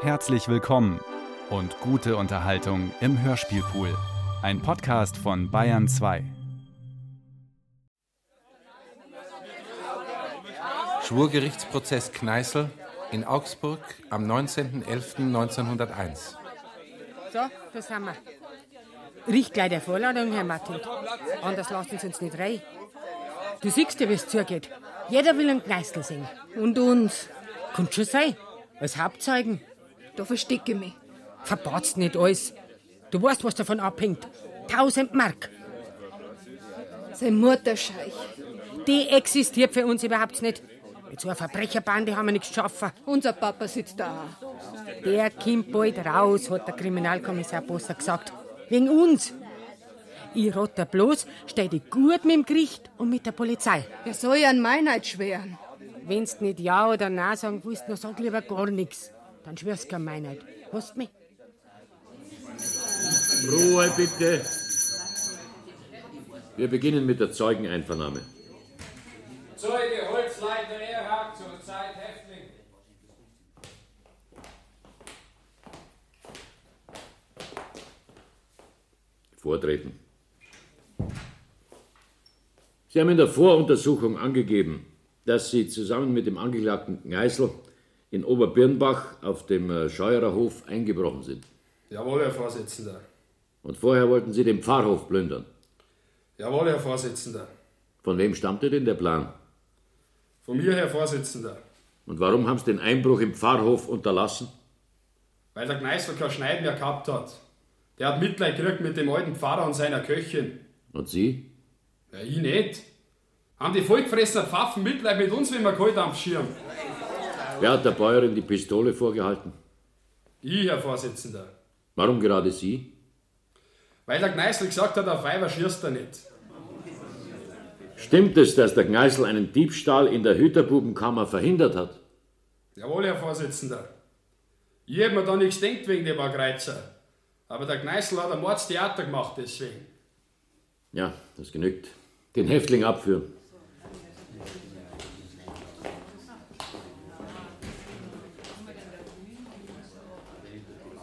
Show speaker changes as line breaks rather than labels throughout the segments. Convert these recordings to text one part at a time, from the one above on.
Herzlich willkommen und gute Unterhaltung im Hörspielpool. Ein Podcast von Bayern 2.
Schwurgerichtsprozess Kneißl in Augsburg am 19.11.1901.
So, das haben wir. Riecht gleich der Vorladung, Herr Martin. Anders lassen Sie uns nicht rein. Du siehst ja, wie es zugeht. Jeder will einen Kneißl sehen. Und uns. Kommt schon sein. Als Hauptzeugen.
Da verstecke ich mich.
Verbatzt nicht alles. Du weißt, was davon abhängt. Tausend Mark.
Sein Mutterscheich.
Die existiert für uns überhaupt nicht. Mit so einer Verbrecherbande haben wir nichts geschaffen.
Unser Papa sitzt da.
Der kommt bald raus, hat der Kriminalkommissar Bosser gesagt. Wegen uns. Ich rotte bloß, steh dich gut mit dem Gericht und mit der Polizei.
Wer soll ja an Meinheit schweren?
Wenn's nicht Ja oder Nein sagen willst, dann sag lieber gar nichts. Dann schwörst du keine Meinheit. Hast mich?
Ruhe bitte. Wir beginnen mit der Zeugeneinvernahme.
Zeuge Holzleitner Erhard zur Zeit Häftling.
Vortreten. Sie haben in der Voruntersuchung angegeben, dass Sie zusammen mit dem Angeklagten Geißel in Oberbirnbach auf dem äh, Scheuerer Hof eingebrochen sind.
Jawohl, Herr Vorsitzender.
Und vorher wollten Sie den Pfarrhof plündern.
Jawohl, Herr Vorsitzender.
Von wem stammte denn der Plan?
Von mir, Herr Vorsitzender.
Und warum haben Sie den Einbruch im Pfarrhof unterlassen?
Weil der Kneißl kein Schneiden mehr gehabt hat. Der hat Mitleid gekriegt mit dem alten Pfarrer und seiner Köchin.
Und Sie?
Ja, ich nicht. Haben die vollgefressenen Pfaffen Mitleid mit uns, wenn wir kalt am Schirm?
Wer hat der Bäuerin die Pistole vorgehalten?
Ich, Herr Vorsitzender.
Warum gerade Sie?
Weil der Kneißl gesagt hat, auf Weiber schießt er nicht.
Stimmt es, dass der Geißel einen Diebstahl in der Hüterbubenkammer verhindert hat?
Jawohl, Herr Vorsitzender. Ich hätte mir da nichts gedacht wegen dem Kreuzer. Aber der Kneißl hat ein Mordstheater gemacht deswegen.
Ja, das genügt. Den Häftling abführen.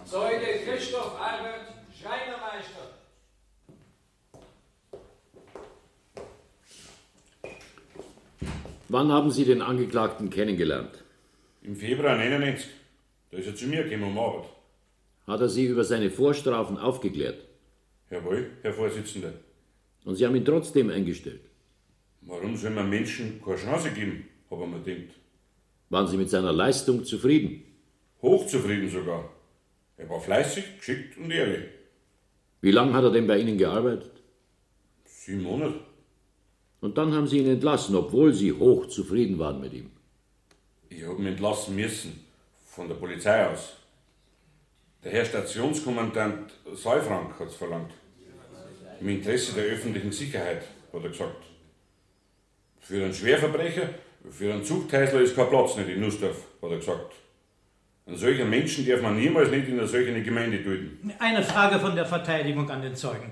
Zeuge Christoph Albert Schreinermeister.
Wann haben Sie den Angeklagten kennengelernt?
Im Februar 99. Da ist er zu mir gekommen um am Abend.
Hat er Sie über seine Vorstrafen aufgeklärt?
Jawohl, Herr Vorsitzender.
Und Sie haben ihn trotzdem eingestellt.
Warum soll man Menschen keine Chance geben, habe ich mir gedacht.
Waren Sie mit seiner Leistung zufrieden?
Hochzufrieden sogar. Er war fleißig, geschickt und ehrlich.
Wie lange hat er denn bei Ihnen gearbeitet?
Sieben Monate.
Und dann haben Sie ihn entlassen, obwohl Sie hoch zufrieden waren mit ihm.
Ich habe ihn entlassen müssen, von der Polizei aus. Der Herr Stationskommandant Seufrank hat es verlangt. Im Interesse der öffentlichen Sicherheit, hat er gesagt. Für einen Schwerverbrecher, für einen Zuchtheißler ist kein Platz nicht in Nussdorf, hat er gesagt. Einen solchen Menschen darf man niemals nicht in einer solchen Gemeinde dulden.
Eine Frage von der Verteidigung an den Zeugen.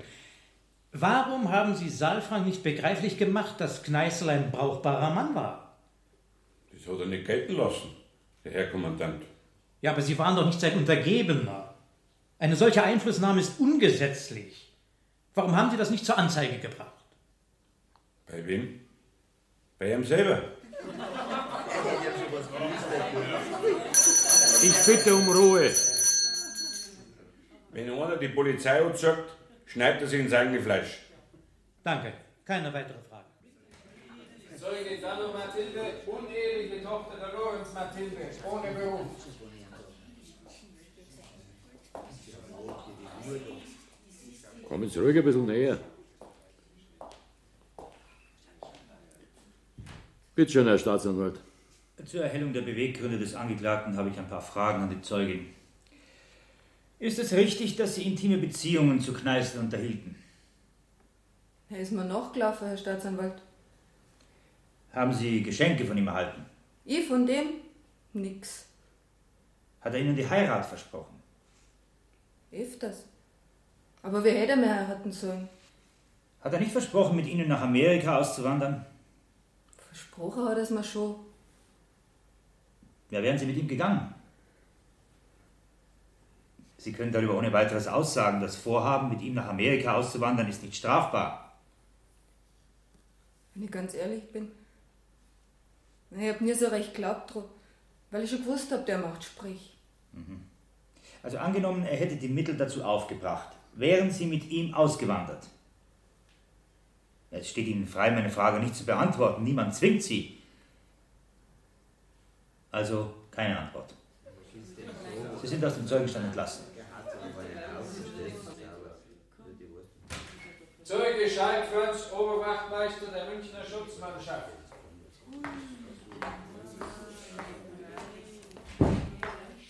Warum haben Sie Saalfrank nicht begreiflich gemacht, dass Kneißl ein brauchbarer Mann war?
Das hat er nicht gelten lassen, der Herr Kommandant.
Ja, aber Sie waren doch nicht sein Untergebener. Eine solche Einflussnahme ist ungesetzlich. Warum haben Sie das nicht zur Anzeige gebracht?
Bei wem? Bei ihm selber.
Ich bitte um Ruhe.
Wenn einer die Polizei anzeigt, schneidet er sich ins eigene Fleisch.
Danke. Keine weitere Frage.
Zeuge Dano Mathilde, uneheliche Tochter der Lorenz Mathilde, ohne Beruf.
Kommen Sie ruhig ein bisschen näher. Bitte schön, Herr Staatsanwalt.
Zur Erhellung der Beweggründe des Angeklagten habe ich ein paar Fragen an die Zeugin. Ist es richtig, dass Sie intime Beziehungen zu Kneißl unterhielten?
Er ist mir nachgelaufen, Herr Staatsanwalt.
Haben Sie Geschenke von ihm erhalten?
Ich von dem? Nix.
Hat er Ihnen die Heirat versprochen?
Öfters. Aber wir hätten mehr heiraten sollen.
Hat er nicht versprochen, mit Ihnen nach Amerika auszuwandern?
Versprochen hat er es mir schon.
Ja, wären Sie mit ihm gegangen? Sie können darüber ohne weiteres aussagen, das Vorhaben, mit ihm nach Amerika auszuwandern, ist nicht strafbar.
Wenn ich ganz ehrlich bin, ich hab nie so recht geglaubt dran, weil ich schon gewusst hab, der macht Sprich.
Mhm. Also angenommen, er hätte die Mittel dazu aufgebracht. Wären Sie mit ihm ausgewandert? Es steht Ihnen frei, meine Frage nicht zu beantworten. Niemand zwingt Sie. Also keine Antwort. Sie sind aus dem Zeugenstand entlassen.
Zeuge Scheid Franz, Oberwachtmeister der Münchner Schutzmannschaft.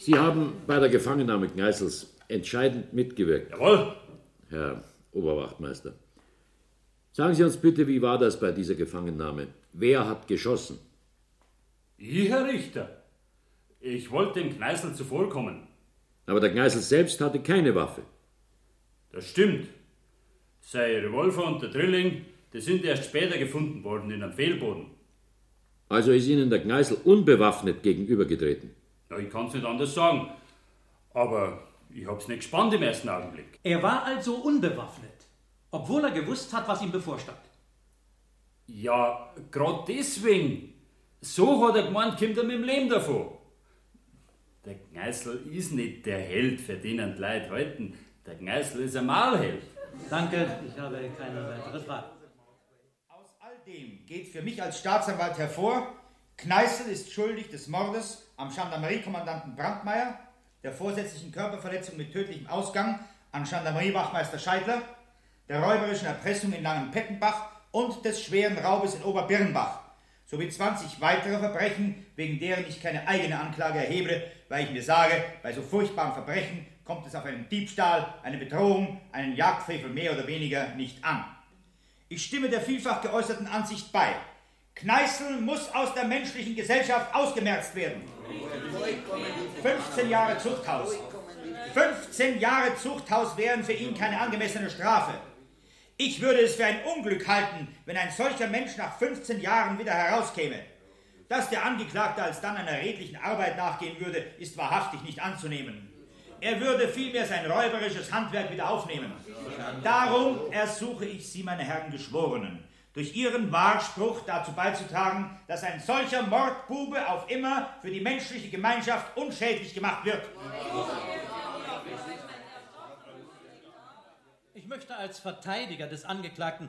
Sie haben bei der Gefangennahme Gneisels entscheidend mitgewirkt.
Jawohl.
Herr Oberwachtmeister. Sagen Sie uns bitte, wie war das bei dieser Gefangennahme? Wer hat geschossen?
Ich, Herr Richter. Ich wollte dem Kneißl zuvorkommen.
Aber der Gneisel selbst hatte keine Waffe.
Das stimmt. Sein Revolver und der Drilling, die sind erst später gefunden worden in einem Fehlboden.
Also ist Ihnen der Gneisel unbewaffnet gegenübergetreten.
Ja, ich kann's nicht anders sagen. Aber ich hab's nicht gespannt im ersten Augenblick.
Er war also unbewaffnet, obwohl er gewusst hat, was ihm bevorstand.
Ja, grad deswegen. So hat er gemeint, kommt er mit dem Leben davon. Der Gneißl ist nicht der Held, für den ein Leid halten. Der Gneißl ist ein Malheld.
Danke, ich habe keine weitere Frage.
Dem geht für mich als Staatsanwalt hervor, Kneißl ist schuldig des Mordes am Gendarmeriekommandanten Brandmeier, der vorsätzlichen Körperverletzung mit tödlichem Ausgang an Gendarmerie-Wachmeister Scheidler, der räuberischen Erpressung in Langenpettenbach und des schweren Raubes in Oberbirnbach sowie 20 weitere Verbrechen, wegen deren ich keine eigene Anklage erhebe, weil ich mir sage, bei so furchtbaren Verbrechen kommt es auf einen Diebstahl, eine Bedrohung, einen Jagdfrevel mehr oder weniger nicht an. Ich stimme der vielfach geäußerten Ansicht bei. Kneißl muss aus der menschlichen Gesellschaft ausgemerzt werden. 15 Jahre Zuchthaus. 15 Jahre Zuchthaus wären für ihn keine angemessene Strafe. Ich würde es für ein Unglück halten, wenn ein solcher Mensch nach 15 Jahren wieder herauskäme. Dass der Angeklagte alsdann einer redlichen Arbeit nachgehen würde, ist wahrhaftig nicht anzunehmen. Er würde vielmehr sein räuberisches Handwerk wieder aufnehmen. Darum ersuche ich Sie, meine Herren Geschworenen, durch Ihren Wahrspruch dazu beizutragen, dass ein solcher Mordbube auf immer für die menschliche Gemeinschaft unschädlich gemacht wird.
Ich möchte als Verteidiger des Angeklagten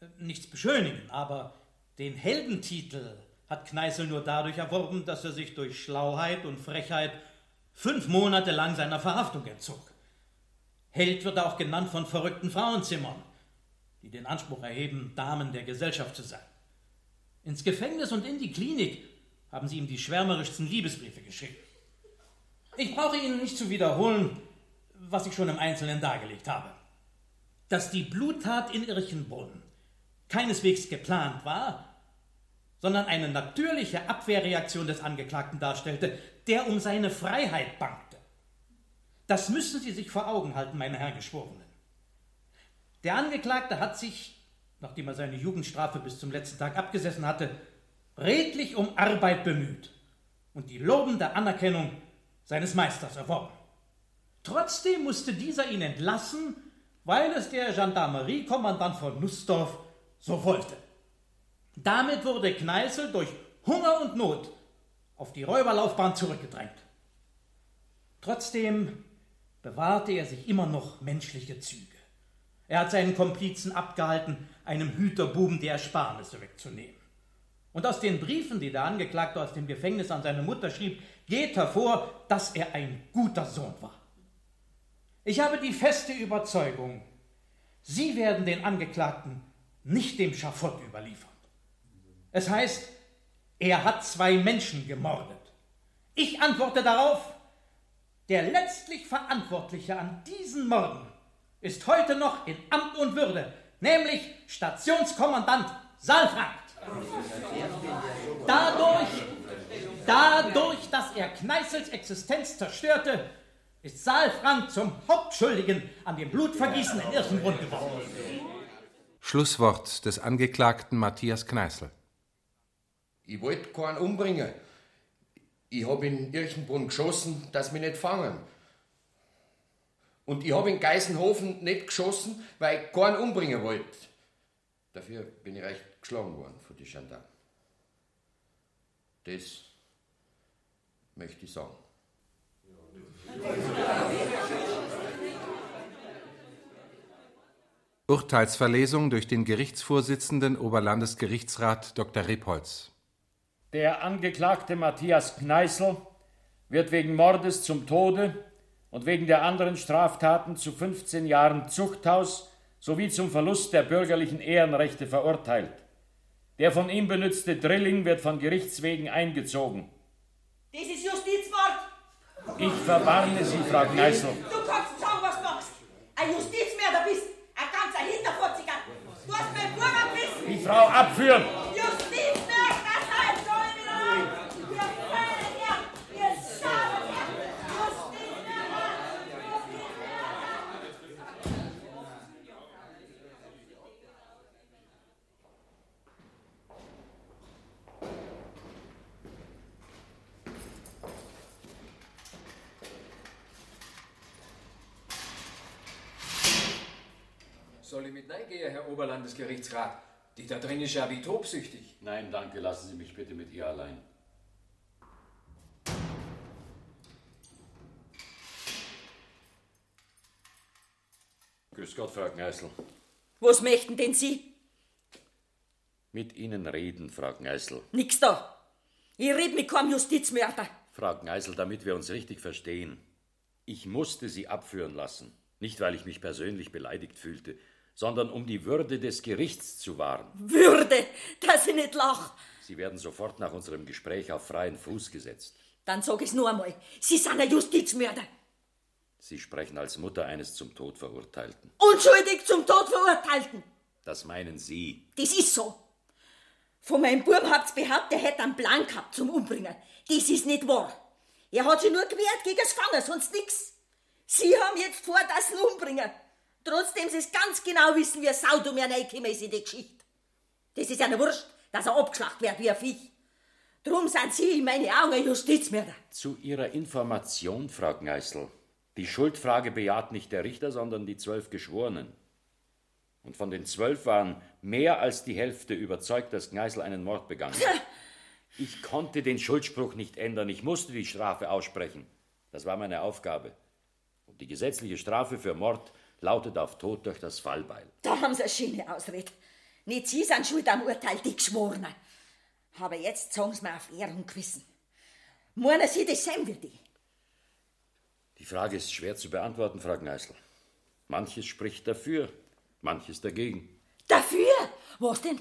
äh, nichts beschönigen, aber den Heldentitel hat Kneißl nur dadurch erworben, dass er sich durch Schlauheit und Frechheit fünf Monate lang seiner Verhaftung entzog. Held wird er auch genannt von verrückten Frauenzimmern, die den Anspruch erheben, Damen der Gesellschaft zu sein. Ins Gefängnis und in die Klinik haben sie ihm die schwärmerischsten Liebesbriefe geschrieben. Ich brauche Ihnen nicht zu wiederholen, was ich schon im Einzelnen dargelegt habe. Dass die Bluttat in Irchenbrunn keineswegs geplant war, sondern eine natürliche Abwehrreaktion des Angeklagten darstellte, der um seine Freiheit bangte. Das müssen Sie sich vor Augen halten, meine Herren Geschworenen. Der Angeklagte hat sich, nachdem er seine Jugendstrafe bis zum letzten Tag abgesessen hatte, redlich um Arbeit bemüht und die lobende Anerkennung seines Meisters erworben. Trotzdem musste dieser ihn entlassen, weil es der Gendarmeriekommandant von Nussdorf so wollte. Damit wurde Kneißl durch Hunger und Not auf die Räuberlaufbahn zurückgedrängt. Trotzdem bewahrte er sich immer noch menschliche Züge. Er hat seinen Komplizen abgehalten, einem Hüterbuben die Ersparnisse wegzunehmen. Und aus den Briefen, die der Angeklagte aus dem Gefängnis an seine Mutter schrieb, geht hervor, dass er ein guter Sohn war. Ich habe die feste Überzeugung, Sie werden den Angeklagten nicht dem Schafott überliefern. Es heißt, er hat zwei Menschen gemordet. Ich antworte darauf, der letztlich Verantwortliche an diesen Morden ist heute noch in Amt und Würde, nämlich Stationskommandant Saalfrank. Dadurch, dadurch, dass er Kneißels Existenz zerstörte, ist Saalfrank zum Hauptschuldigen an dem Blutvergießen in Irchenbrunn geworden.
Schlusswort des Angeklagten Matthias Kneißl.
Ich wollte keinen umbringen. Ich habe in Irchenbrunn geschossen, dass mich nicht fangen. Und ich habe in Geisenhofen nicht geschossen, weil ich keinen umbringen wollte. Dafür bin ich recht geschlagen worden von den Gendarmen. Das möchte ich sagen.
Urteilsverlesung durch den Gerichtsvorsitzenden Oberlandesgerichtsrat Dr. Rebholz.
Der Angeklagte Matthias Kneißl wird wegen Mordes zum Tode und wegen der anderen Straftaten zu 15 Jahren Zuchthaus sowie zum Verlust der bürgerlichen Ehrenrechte verurteilt. Der von ihm benutzte Drilling wird von Gerichts wegen eingezogen.
Das ist Justizmord!
Ich verwarne Sie, Frau Kneißl.
Du kannst sagen, was du machst! Ein Justizmörder bist! Ein ganzer Hinterfotziger! Du hast meinen Buben abgebissen!
Die Frau abführen!
Justizmörder, das heißt so in der Hand! Wir feiern her! Wir schauen her! Justizmörder!
Soll ich mit reingehen, Herr Oberlandesgerichtsrat? Die da drin ist ja wie tobsüchtig.
Nein, danke, lassen Sie mich bitte mit ihr allein. Grüß Gott, Frau Kneißl.
Was möchten denn Sie?
Mit Ihnen reden, Frau Kneißl.
Nix da! Ich red mit keinem Justizmörder!
Frau Kneißl, damit wir uns richtig verstehen. Ich musste Sie abführen lassen. Nicht, weil ich mich persönlich beleidigt fühlte, sondern um die Würde des Gerichts zu wahren.
Würde, dass ich nicht lach!
Sie werden sofort nach unserem Gespräch auf freien Fuß gesetzt.
Dann sag ich's nur einmal. Sie sind ein Justizmörder!
Sie sprechen als Mutter eines zum Tod Verurteilten.
Unschuldig zum Tod verurteilten!
Das meinen Sie.
Das ist so. Von meinem Buben habt's behauptet, er hätte einen Plan gehabt zum Umbringen. Das ist nicht wahr. Er hat sich nur gewehrt gegen das Fangen, sonst nix. Sie haben jetzt vor, dass ihn umbringen. Trotzdem sie es ganz genau wissen, wie Sau du mir reingekommen ist in die Geschichte. Das ist ja ne Wurscht, dass er abgeschlacht wird wie ein Viech. Drum sind Sie in meine Augen Justizmörder.
Zu Ihrer Information, Frau Kneißl. Die Schuldfrage bejaht nicht der Richter, sondern die zwölf Geschworenen. Und von den zwölf waren mehr als die Hälfte überzeugt, dass Kneißl einen Mord begangen hat. Ich konnte den Schuldspruch nicht ändern. Ich musste die Strafe aussprechen. Das war meine Aufgabe. Und die gesetzliche Strafe für Mord lautet auf Tod durch das Fallbeil.
Da haben Sie eine schöne Ausrede. Nicht Sie sind schuld am Urteil, die Geschworenen. Aber jetzt sagen Sie mir auf Ehren gewissen. Meinen Sie das sehen wir die?
Die Frage ist schwer zu beantworten, Frau Kneißl. Manches spricht dafür, manches dagegen.
Dafür? Was denn?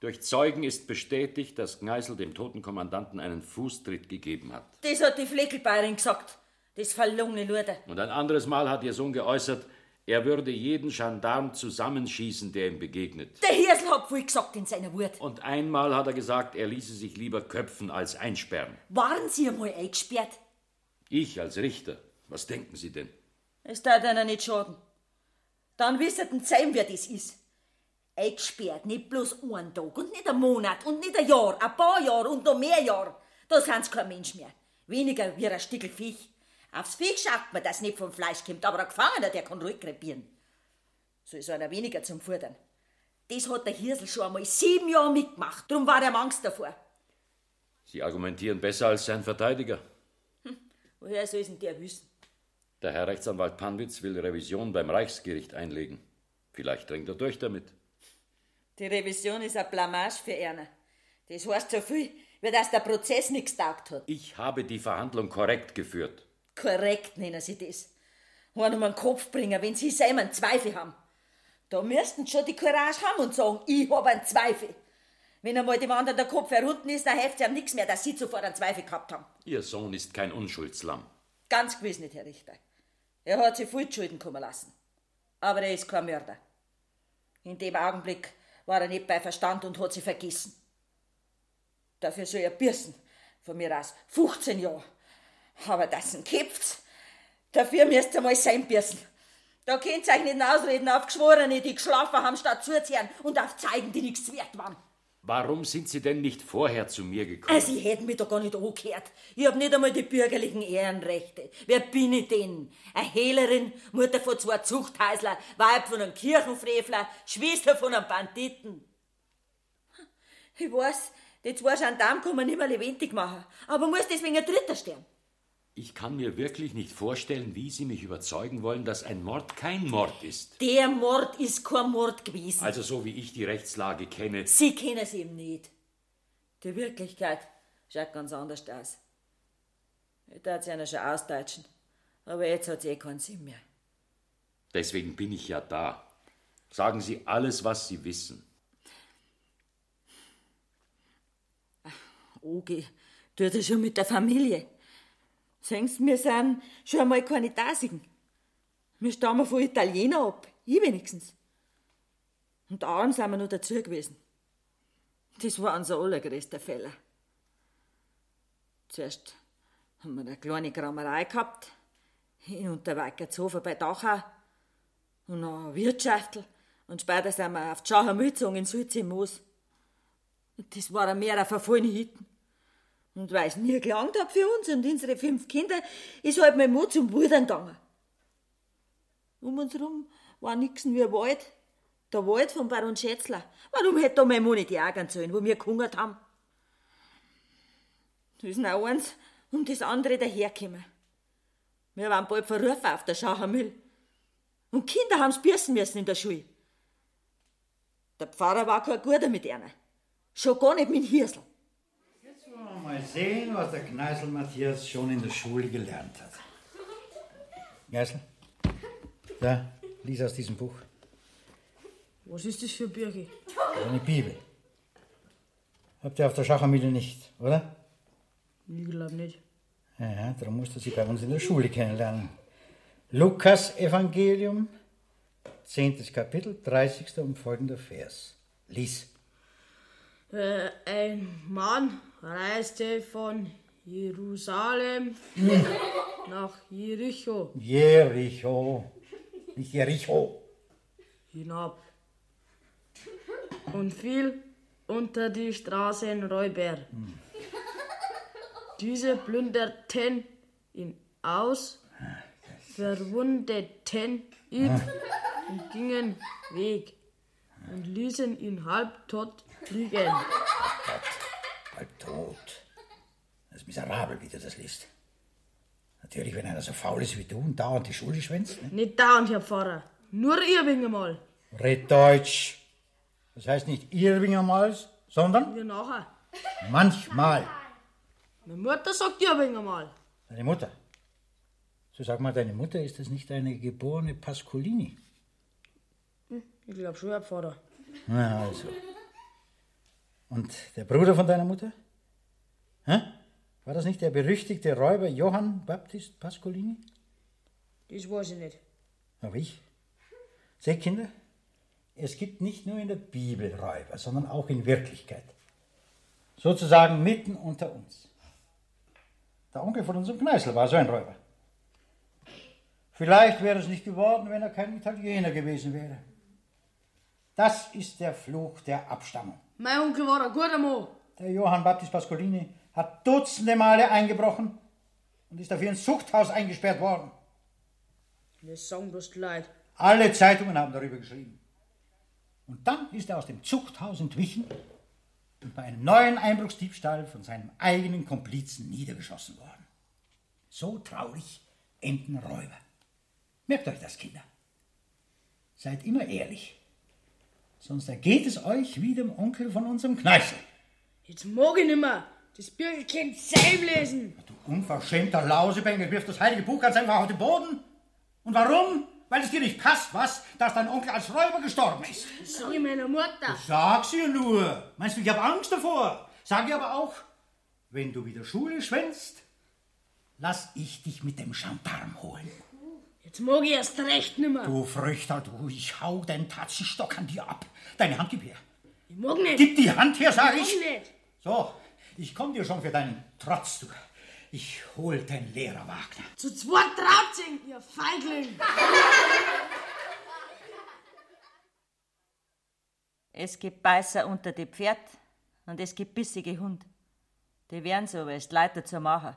Durch Zeugen ist bestätigt, dass Kneißl dem toten Kommandanten einen Fußtritt gegeben hat.
Das hat die Fleckelbayerin gesagt. Das verlungene Luder.
Und ein anderes Mal hat ihr Sohn geäußert, er würde jeden Gendarm zusammenschießen, der ihm begegnet.
Der Hirsel hat viel gesagt in seiner Wut.
Und einmal hat er gesagt, er ließe sich lieber köpfen als einsperren.
Waren Sie einmal eingesperrt?
Ich als Richter, was denken Sie denn?
Es tat einer nicht schaden. Dann wisseten Sie, wer das ist. Eingesperrt, nicht bloß einen Tag und nicht einen Monat und nicht ein Jahr, ein paar Jahre und noch mehr Jahre. Da sind's kein Mensch mehr. Weniger wie ein Stickel Viech. Aufs Viech schafft man, dass nicht vom Fleisch kommt, aber ein Gefangener, der kann ruhig krepieren. So ist einer weniger zum Futtern. Das hat der Hirsel schon einmal sieben Jahre mitgemacht, drum war er Angst davor.
Sie argumentieren besser als sein Verteidiger.
Woher soll denn der wissen?
Der Herr Rechtsanwalt Panwitz will Revision beim Reichsgericht einlegen. Vielleicht dringt er durch damit.
Die Revision ist ein Blamage für Erna. Das heißt so viel, wie dass der Prozess nichts taugt hat.
Ich habe die Verhandlung korrekt geführt.
Korrekt nennen sie das. Einen um den Kopf bringen, wenn sie selber einen Zweifel haben. Da müssten sie schon die Courage haben und sagen, ich habe einen Zweifel. Wenn einmal dem anderen der Kopf herunten ist, dann hilft sie ihm nichts mehr, dass sie zuvor einen Zweifel gehabt haben.
Ihr Sohn ist kein Unschuldslamm.
Ganz gewiss nicht, Herr Richter. Er hat sich viel zu Schulden kommen lassen. Aber er ist kein Mörder. In dem Augenblick war er nicht bei Verstand und hat sie vergessen. Dafür soll er bürsten, von mir aus 15 Jahre. Aber das ihn kippt, dafür müsst ihr mal sein bürsten. Da könnt ihr euch nicht ausreden auf Geschworene, die geschlafen haben, statt zuzuhören und auf Zeigen, die nichts wert waren.
Warum sind Sie denn nicht vorher zu mir gekommen?
Also, ich hätte mich da gar nicht angehört. Ich hab nicht einmal die bürgerlichen Ehrenrechte. Wer bin ich denn? Eine Hehlerin, Mutter von zwei Zuchthäusler, Weib von einem Kirchenfrevler, Schwester von einem Banditen. Ich weiß, die zwei Gendarmen kann man nicht mehr lebendig machen, aber muss deswegen ein Dritter sterben.
Ich kann mir wirklich nicht vorstellen, wie Sie mich überzeugen wollen, dass ein Mord kein Mord ist.
Der Mord ist kein Mord gewesen.
Also so wie ich die Rechtslage kenne.
Sie kennen es eben nicht. Die Wirklichkeit schaut ganz anders aus. Ich darf sie einer schon ausdeutschen, aber jetzt hat eh keinen Sinn mehr.
Deswegen bin ich ja da. Sagen Sie alles, was Sie wissen.
Ogi, tut er schon mit der Familie. Sehen Sie, wir sind schon einmal keine Tasigen. Wir stammen von Italiener ab, ich wenigstens. Und Arm sind wir noch dazu gewesen. Das war unser allergrößter Fehler. Zuerst haben wir eine kleine Kramerei gehabt, in Unterweikertshofer bei Dachau, und dann Wirtschaftel, und später sind wir auf die Schauermühl gezogen in Sulz im Moos. Und Das war ein Meer auf eine vollen Hitten. Und weil es nie gelangt hat für uns und unsere fünf Kinder, ist halt mein Mut zum Wudern gegangen. Um uns herum war nix wie ein Wald. Der Wald vom Baron Schätzler. Warum hätte da mein Mann nicht ärgern sollen, wo wir gehungert haben? Das ist auch eins und das andere dahergekommen. Wir waren bald verrufen auf der Schauermüll. Und Kinder haben's bürsten müssen in der Schule. Der Pfarrer war kein Guter mit einer. Schon gar nicht mit Hirsel.
Mal sehen, was der Kneißl Matthias schon in der Schule gelernt hat. Kneißl? Da, lies aus diesem Buch.
Was ist das für Birgi?
Eine Bibel. Habt ihr auf der Schachermühle nicht, oder?
Ich glaube nicht.
Ja, darum musst du sie bei uns in der Schule kennenlernen. Lukas Evangelium, 10. Kapitel, 30. und folgender Vers. Lies.
Äh, ein Mann reiste von Jerusalem nach Jericho
Jericho. Nicht Jericho.
hinab und fiel unter die Straßenräuber. Diese plünderten ihn aus, verwundeten ihn und gingen weg und ließen ihn halbtot liegen.
Halb tot. Das ist miserabel, wie du das liest. Natürlich, wenn einer so faul ist wie du und dauernd die Schule schwänzt. Ne?
Nicht dauernd, Herr Pfarrer. Nur ihr wegen mal.
Red Deutsch. Das heißt nicht irrwingermals, sondern
Wir nachher.
manchmal.
Meine Mutter sagt ihr wegen mal.
Deine Mutter. So sag mal, deine Mutter, ist das nicht eine geborene Pascolini?
Hm, Ich glaub schon, Herr Pfarrer.
Na, also. Und der Bruder von deiner Mutter? Hä? War das nicht der berüchtigte Räuber Johann Baptist Pascolini?
Das weiß ich nicht.
Aber ich? Seht, Kinder, es gibt nicht nur in der Bibel Räuber, sondern auch in Wirklichkeit. Sozusagen mitten unter uns. Der Onkel von unserem Kneißl war so ein Räuber. Vielleicht wäre es nicht geworden, wenn er kein Italiener gewesen wäre. Das ist der Fluch der Abstammung.
Mein Onkel war ein guter Mann.
Der Johann Baptist Pascolini hat dutzende Male eingebrochen und ist dafür ins Zuchthaus eingesperrt worden.
Das sagen bloß die Leute.
Alle Zeitungen haben darüber geschrieben. Und dann ist er aus dem Zuchthaus entwichen und bei einem neuen Einbruchsdiebstahl von seinem eigenen Komplizen niedergeschossen worden. So traurig enden Räuber. Merkt euch das, Kinder. Seid immer ehrlich. Sonst ergeht es euch wie dem Onkel von unserem Kneißl.
Jetzt mag ich nimmer. Das Bürgerkind selber lesen.
Unverschämter Lausebengel wirft das heilige Buch ganz einfach auf den Boden. Und warum? Weil es dir nicht passt, was? Dass dein Onkel als Räuber gestorben ist.
Sag ich meiner Mutter.
Sag's ihr nur. Meinst du, ich hab Angst davor? Sag ihr aber auch, wenn du wieder Schule schwänzt, lass ich dich mit dem Gendarm holen.
Jetzt mag ich erst recht nimmer.
Du Früchter, du, ich hau deinen Tatzenstock an dir ab. Deine Hand gib her.
Ich mag nicht.
Gib die Hand her, sag
mag
ich.
nicht.
So, ich komm dir schon für deinen Trotz, du. Ich hol den Lehrer Wagner.
Zu zweit Trautzing, ihr Feigling.
Es gibt Beißer unter die Pferd Und es gibt bissige Hund. Die wären so, weil es Leute zu machen.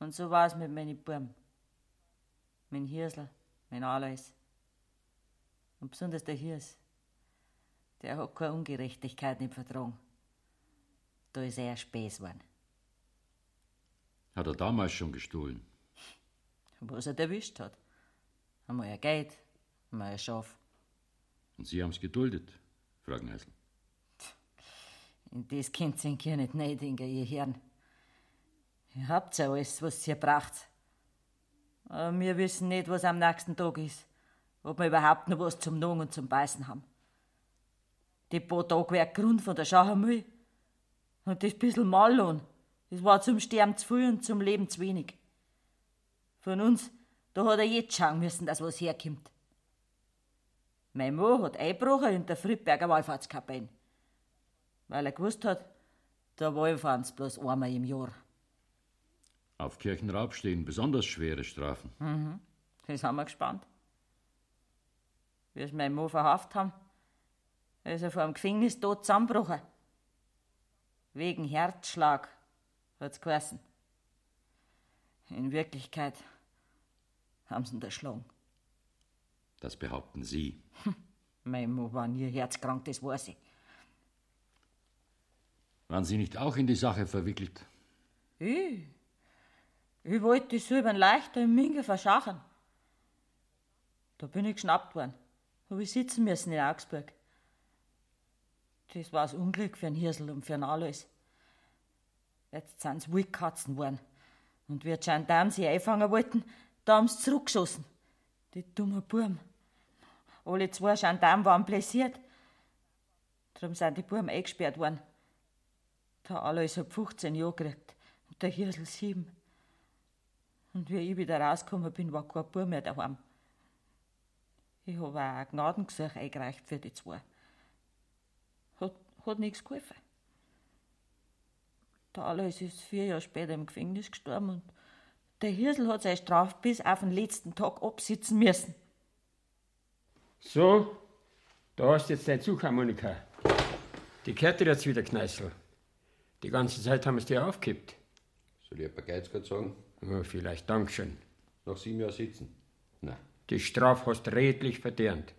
Und so war es mit meinen Buben. Mein Hirsler, mein Alois. Und besonders der Hirs. Der hat keine Ungerechtigkeit im Vertrag. Da ist er ein Späß geworden.
Hat er damals schon gestohlen?
Was er erwischt hat. Einmal ein Geld, einmal ein Schaf.
Und Sie haben es geduldet, Fragenheißl.
In das könnt ihr gar nicht neidinger, ihr Herren. Ihr habt ja alles, was ihr braucht. Aber wir wissen nicht, was am nächsten Tag ist. Ob wir überhaupt noch was zum Nagen und zum Beißen haben. Die paar Tage wär Grund von der Schauermüll. Und das bissel Mallohn, das war zum Sterben zu viel und zum Leben zu wenig. Von uns, da hat er jetzt schauen müssen, dass was herkommt. Mein Mann hat Einbrocher in der Friedberger Wallfahrtskapelle. Weil er gewusst hat, da wallfahren sie bloß einmal im Jahr.
Auf Kirchenraub stehen besonders schwere Strafen.
Mhm. Das haben wir gespannt. Wie sie meinen Mann verhaftet haben, ist er vor dem Gefängnis tot zusammengebrochen. Wegen Herzschlag, hat's geheißen. In Wirklichkeit haben sie ihn erschlagen.
Das behaupten Sie.
Mein Mann war nie herzkrank, das weiß ich.
Waren Sie nicht auch in die Sache verwickelt?
Ich, ich wollte die Silbern leichter im Minge verschachen. Da bin ich geschnappt worden. Hab ich sitzen müssen in Augsburg. Das war das Unglück für den Hirsel und für den Alois. Jetzt sind sie Wildkatzen geworden. Und wie die Gendarmen sie einfangen wollten, da haben sie zurückgeschossen. Die dummen Buben. Alle zwei Gendarmen waren blessiert. Darum sind die Buben eingesperrt worden. Der Alois hat 15 Jahre gekriegt und der Hirsel 7. Und wie ich wieder rausgekommen bin, war kein Bub mehr daheim. Ich habe auch ein Gnadengesuch eingereicht für die zwei. Hat, hat nichts geholfen. Der Alois ist vier Jahre später im Gefängnis gestorben und der Hirsel hat seine Strafe bis auf den letzten Tag absitzen müssen.
So, da hast du jetzt deine Suchharmonika. Die gehört dir jetzt wieder, Kneißl. Die ganze Zeit haben wir es dir aufgekippt.
Soll ich ein paar Geiz grad sagen?
Ja, vielleicht, Dankeschön.
Nach sieben Jahren sitzen? Nein,
Die Straf hast redlich verdient.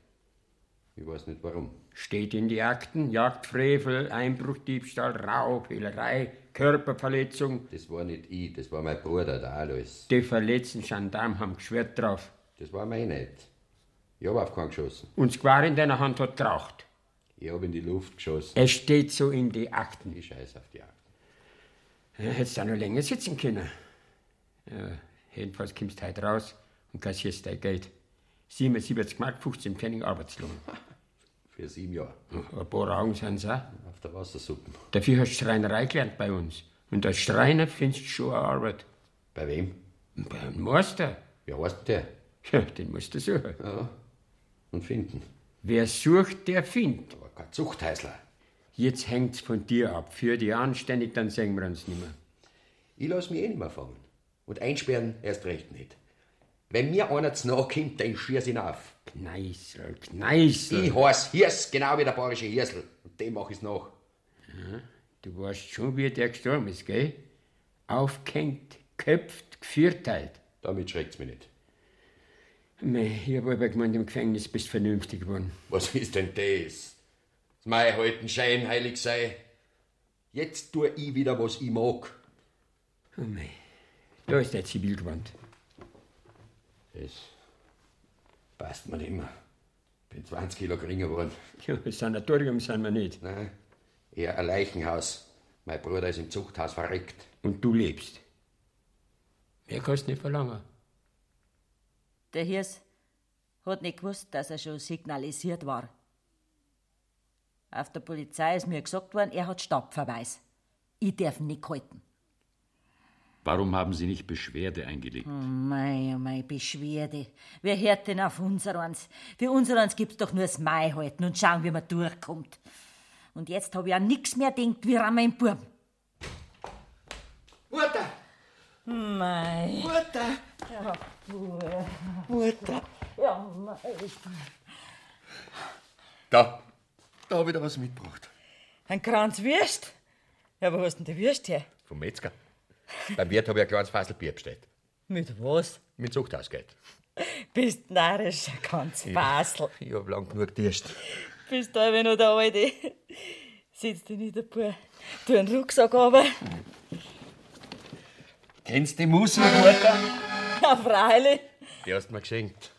ich weiß nicht warum.
Steht in die Akten Jagdfrevel, Einbruch, Diebstahl, Raub, Hehlerei, Körperverletzung.
Das war nicht ich, das war mein Bruder, der Alois.
Die verletzten Gendarmen haben geschwert drauf.
Das war mein nicht. Ich habe auf keinen geschossen.
Und das Gewehr in deiner Hand hat geraucht.
Ich habe in die Luft geschossen.
Es steht so in die Akten.
Ich scheiß auf die Akten.
Ja, hättest du auch noch länger sitzen können. Ja, jedenfalls kommst du heute raus und kassierst dein Geld. 77 Mark, 15 Pfennig Arbeitslohn.
Für sieben Jahre.
Ein paar Augen sind auch.
Auf der Wassersuppe.
Dafür hast du Schreinerei gelernt bei uns. Und als Schreiner findest du schon eine Arbeit.
Bei wem?
Bei einem Meister.
Wie heißt der?
Ja, den musst du suchen.
Ja. Und finden.
Wer sucht, der findet.
Aber kein Zuchtheißler.
Jetzt hängt's von dir ab. Für die anständig, dann sehen wir uns nimmer.
Ich lass mich eh nicht mehr fangen. Und einsperren erst recht nicht. Wenn mir einer zu nahe kommt, dann schieß ihn auf.
Kneißl, Kneißl.
Ich heiß Hirs, genau wie der bayerische Hirsel. Und dem mach ich's nach.
Ja, du weißt schon, wie der gestorben ist, gell? Aufgehängt, geköpft, gevierteilt.
Damit schreckt's mich nicht.
Mei, ich hab aber gemeint, im Gefängnis bist vernünftig geworden.
Was ist denn das? Das mei halten Schein heilig sei. Jetzt tu ich wieder, was ich mag.
Oh mei, da ist der Zivilgewand.
Das passt mir nicht mehr. Bin 20 Kilo geringer geworden.
Ja, Sanatorium sind wir nicht.
Nein, eher ein Leichenhaus. Mein Bruder ist im Zuchthaus verreckt.
Und du lebst? Mehr kannst nicht verlangen.
Der Hirs hat nicht gewusst, dass er schon signalisiert war. Auf der Polizei ist mir gesagt worden, er hat Stabverweis. Ich darf ihn nicht halten.
Warum haben Sie nicht Beschwerde eingelegt?
Oh mei, oh mei, Beschwerde. Wer hört denn auf unsereins? Für unsereins gibt's doch nur das Mai halten und schauen, wie man durchkommt. Und jetzt hab ich an nix mehr denkt, wie an meinen Buben.
Mutter!
Mei.
Mutter!
Ja, Bub.
Mutter!
Ja, mei.
Da, da hab ich da was mitgebracht.
Ein Kranz Würst? Ja, wo hast denn die Würst her?
Vom Metzger. Beim Wirt habe ich ein kleines Fassel Bier bestellt.
Mit was?
Mit Zuchthausgeld.
Bist narrisch, ein ganz Basel.
Ich habe lang genug Durst.
Bist da wenn noch der Alte. Setz dich nicht ein paar. Tu einen Rucksack runter.
Kennst du die Muselmutter?
Ja, freilich.
Die hast du mir geschenkt.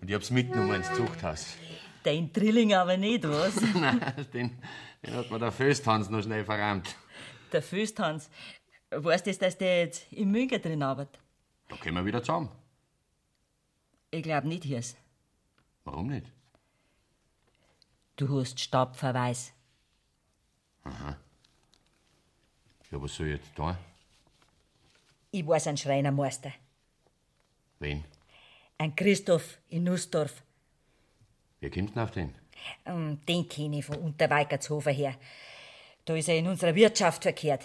Und ich hab's mitgenommen ins Zuchthaus.
Dein Drilling aber nicht, was?
Nein, den, den hat mir der Fösthans noch schnell verrammt.
Der Füßtanz. Weißt du, das, dass der jetzt im Münker drin arbeitet?
Da kommen wir wieder zusammen.
Ich glaub nicht, Hirs.
Warum nicht?
Du hast Stabverweis.
Aha. Ja, was soll ich jetzt tun?
Ich weiß einen Schreinermeister.
Wen?
Ein Christoph in Nussdorf.
Wie kommt denn auf den?
Ähm, Den kenne ich von Unterweikertshofer her. Da ist er in unserer Wirtschaft verkehrt.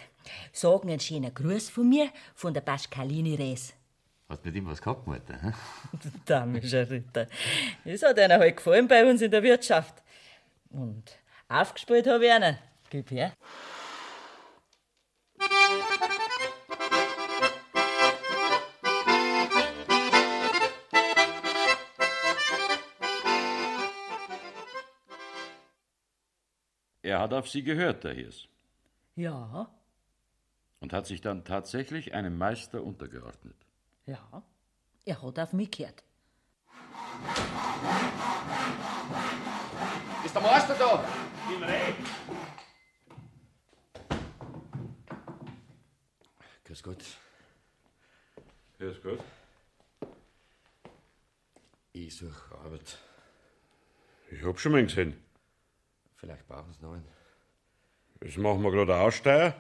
Sagen einen schönen Gruß von mir, von der Pascalini Res.
Hast mit ihm was gehabt, Mutter? Hm?
Damischer Ritter. Das hat einer halt gefallen bei uns in der Wirtschaft. Und aufgespielt habe ich einen. Gib her.
Er hat auf sie gehört, der Hirs,
Ja,
und hat sich dann tatsächlich einem Meister untergeordnet.
ja. Er hat auf mich gehört.
Ist der Meister da?
Im Recht.
Grüß Gott.
Grüß Gott.
Ich suche Arbeit.
Ich hab schon mal gesehen.
Vielleicht brauchen Sie noch einen.
Jetzt machen wir gerade eine Aussteuer.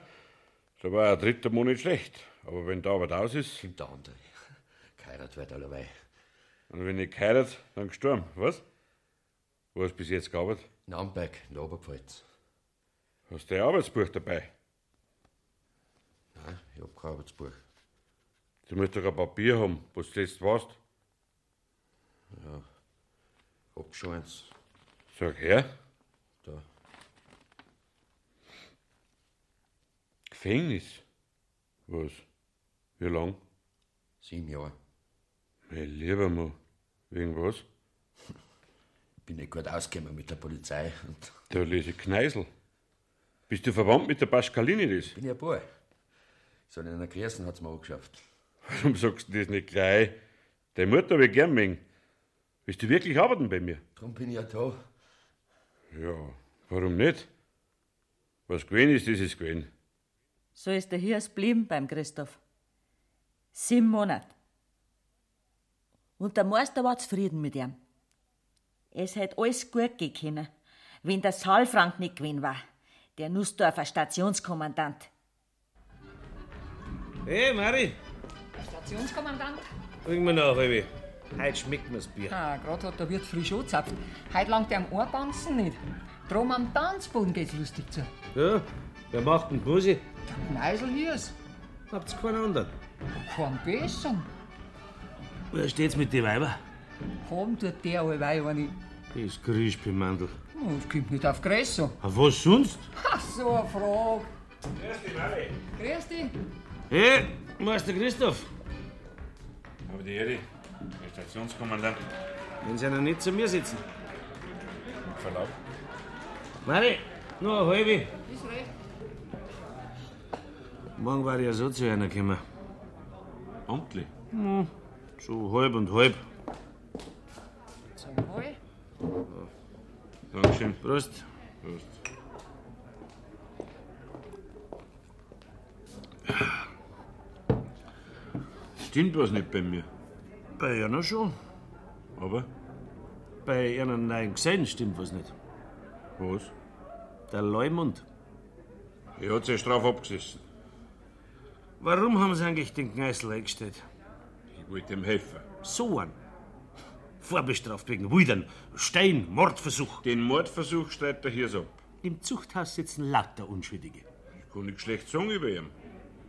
Da war ein dritter Monat schlecht. Aber wenn die Arbeit aus ist.
Kommt der andere. Geheirat wird allerweil.
Und wenn ich geheirat, dann gestorben. Was? Wo hast du bis jetzt gearbeitet?
In Amberg, in der Oberpfalz.
Hast du ein Arbeitsbuch dabei?
Nein, ich hab kein Arbeitsbuch.
Du musst doch ein Papier haben, was du zuletzt warst.
Ja. Hab schon eins.
Sag her.
Da.
Gefängnis? Was? Wie lang?
Sieben Jahre.
Mein lieber Mann. Wegen was?
Ich bin nicht gut ausgekommen mit der Polizei. Und
Da lese ich Kneisel. Bist du verwandt mit der Pascalini das?
bin ja ein Bauer. So in einer Kirchen hat's mir angeschafft.
Warum sagst du das nicht gleich? Deine Mutter hab ich gern mögen. Willst du wirklich arbeiten bei mir?
Drum bin ich ja da.
Ja, warum nicht? Was gewesen ist, das ist gewesen.
So ist der Hirs blieben beim Christoph. Sieben Monate. Und der Meister war zufrieden mit ihm. Es hätte alles gut gehen können, wenn der Saalfrank nicht gewesen war, der Nussdorfer Stationskommandant.
Hey, Mari,
Stationskommandant?
bring mir noch, Baby. Heute schmeckt mir's Bier.
Ah, gerade hat der Wirt frisch angezapft. Heute langt er am Ohrbanzen nicht. Drum am Tanzboden geht's lustig zu.
Ja, wer macht denn Busi?
Meisel hier's.
Habt's keinen anderen.
Kein besseren.
Wer steht's mit den Weiber?
Haben tut der allweil eine.
Das Krispimandel.
Oh, Das kommt nicht auf Gresso.
Auf was sonst?
Ha, so eine Frage.
Grüß dich, Mari.
Grüß dich.
Hey, Meister Christoph.
Aber die Erde, der Stationskommandant.
Wenn Sie noch nicht zu mir sitzen.
Verlaub.
Mari, nur eine halbe.
Ist recht.
Morgen war ich ja so zu einer gekommen.
Amtlich?
Hm, so halb und halb.
Zum Wohl.
Dankeschön.
Prost.
Prost. Stimmt was nicht bei mir.
Bei einer schon.
Aber?
Bei einer neuen Gesellen stimmt was nicht.
Was?
Der Leumund.
Er hat sich straff abgesessen.
Warum haben sie eigentlich den Kneißl eingestellt?
Ich wollte ihm helfen.
So einen. Vorbestraft wegen Wildern, Stein, Mordversuch.
Den Mordversuch streitet er hier ab.
Im Zuchthaus sitzen lauter Unschuldige.
Ich kann nicht schlecht sagen über ihn.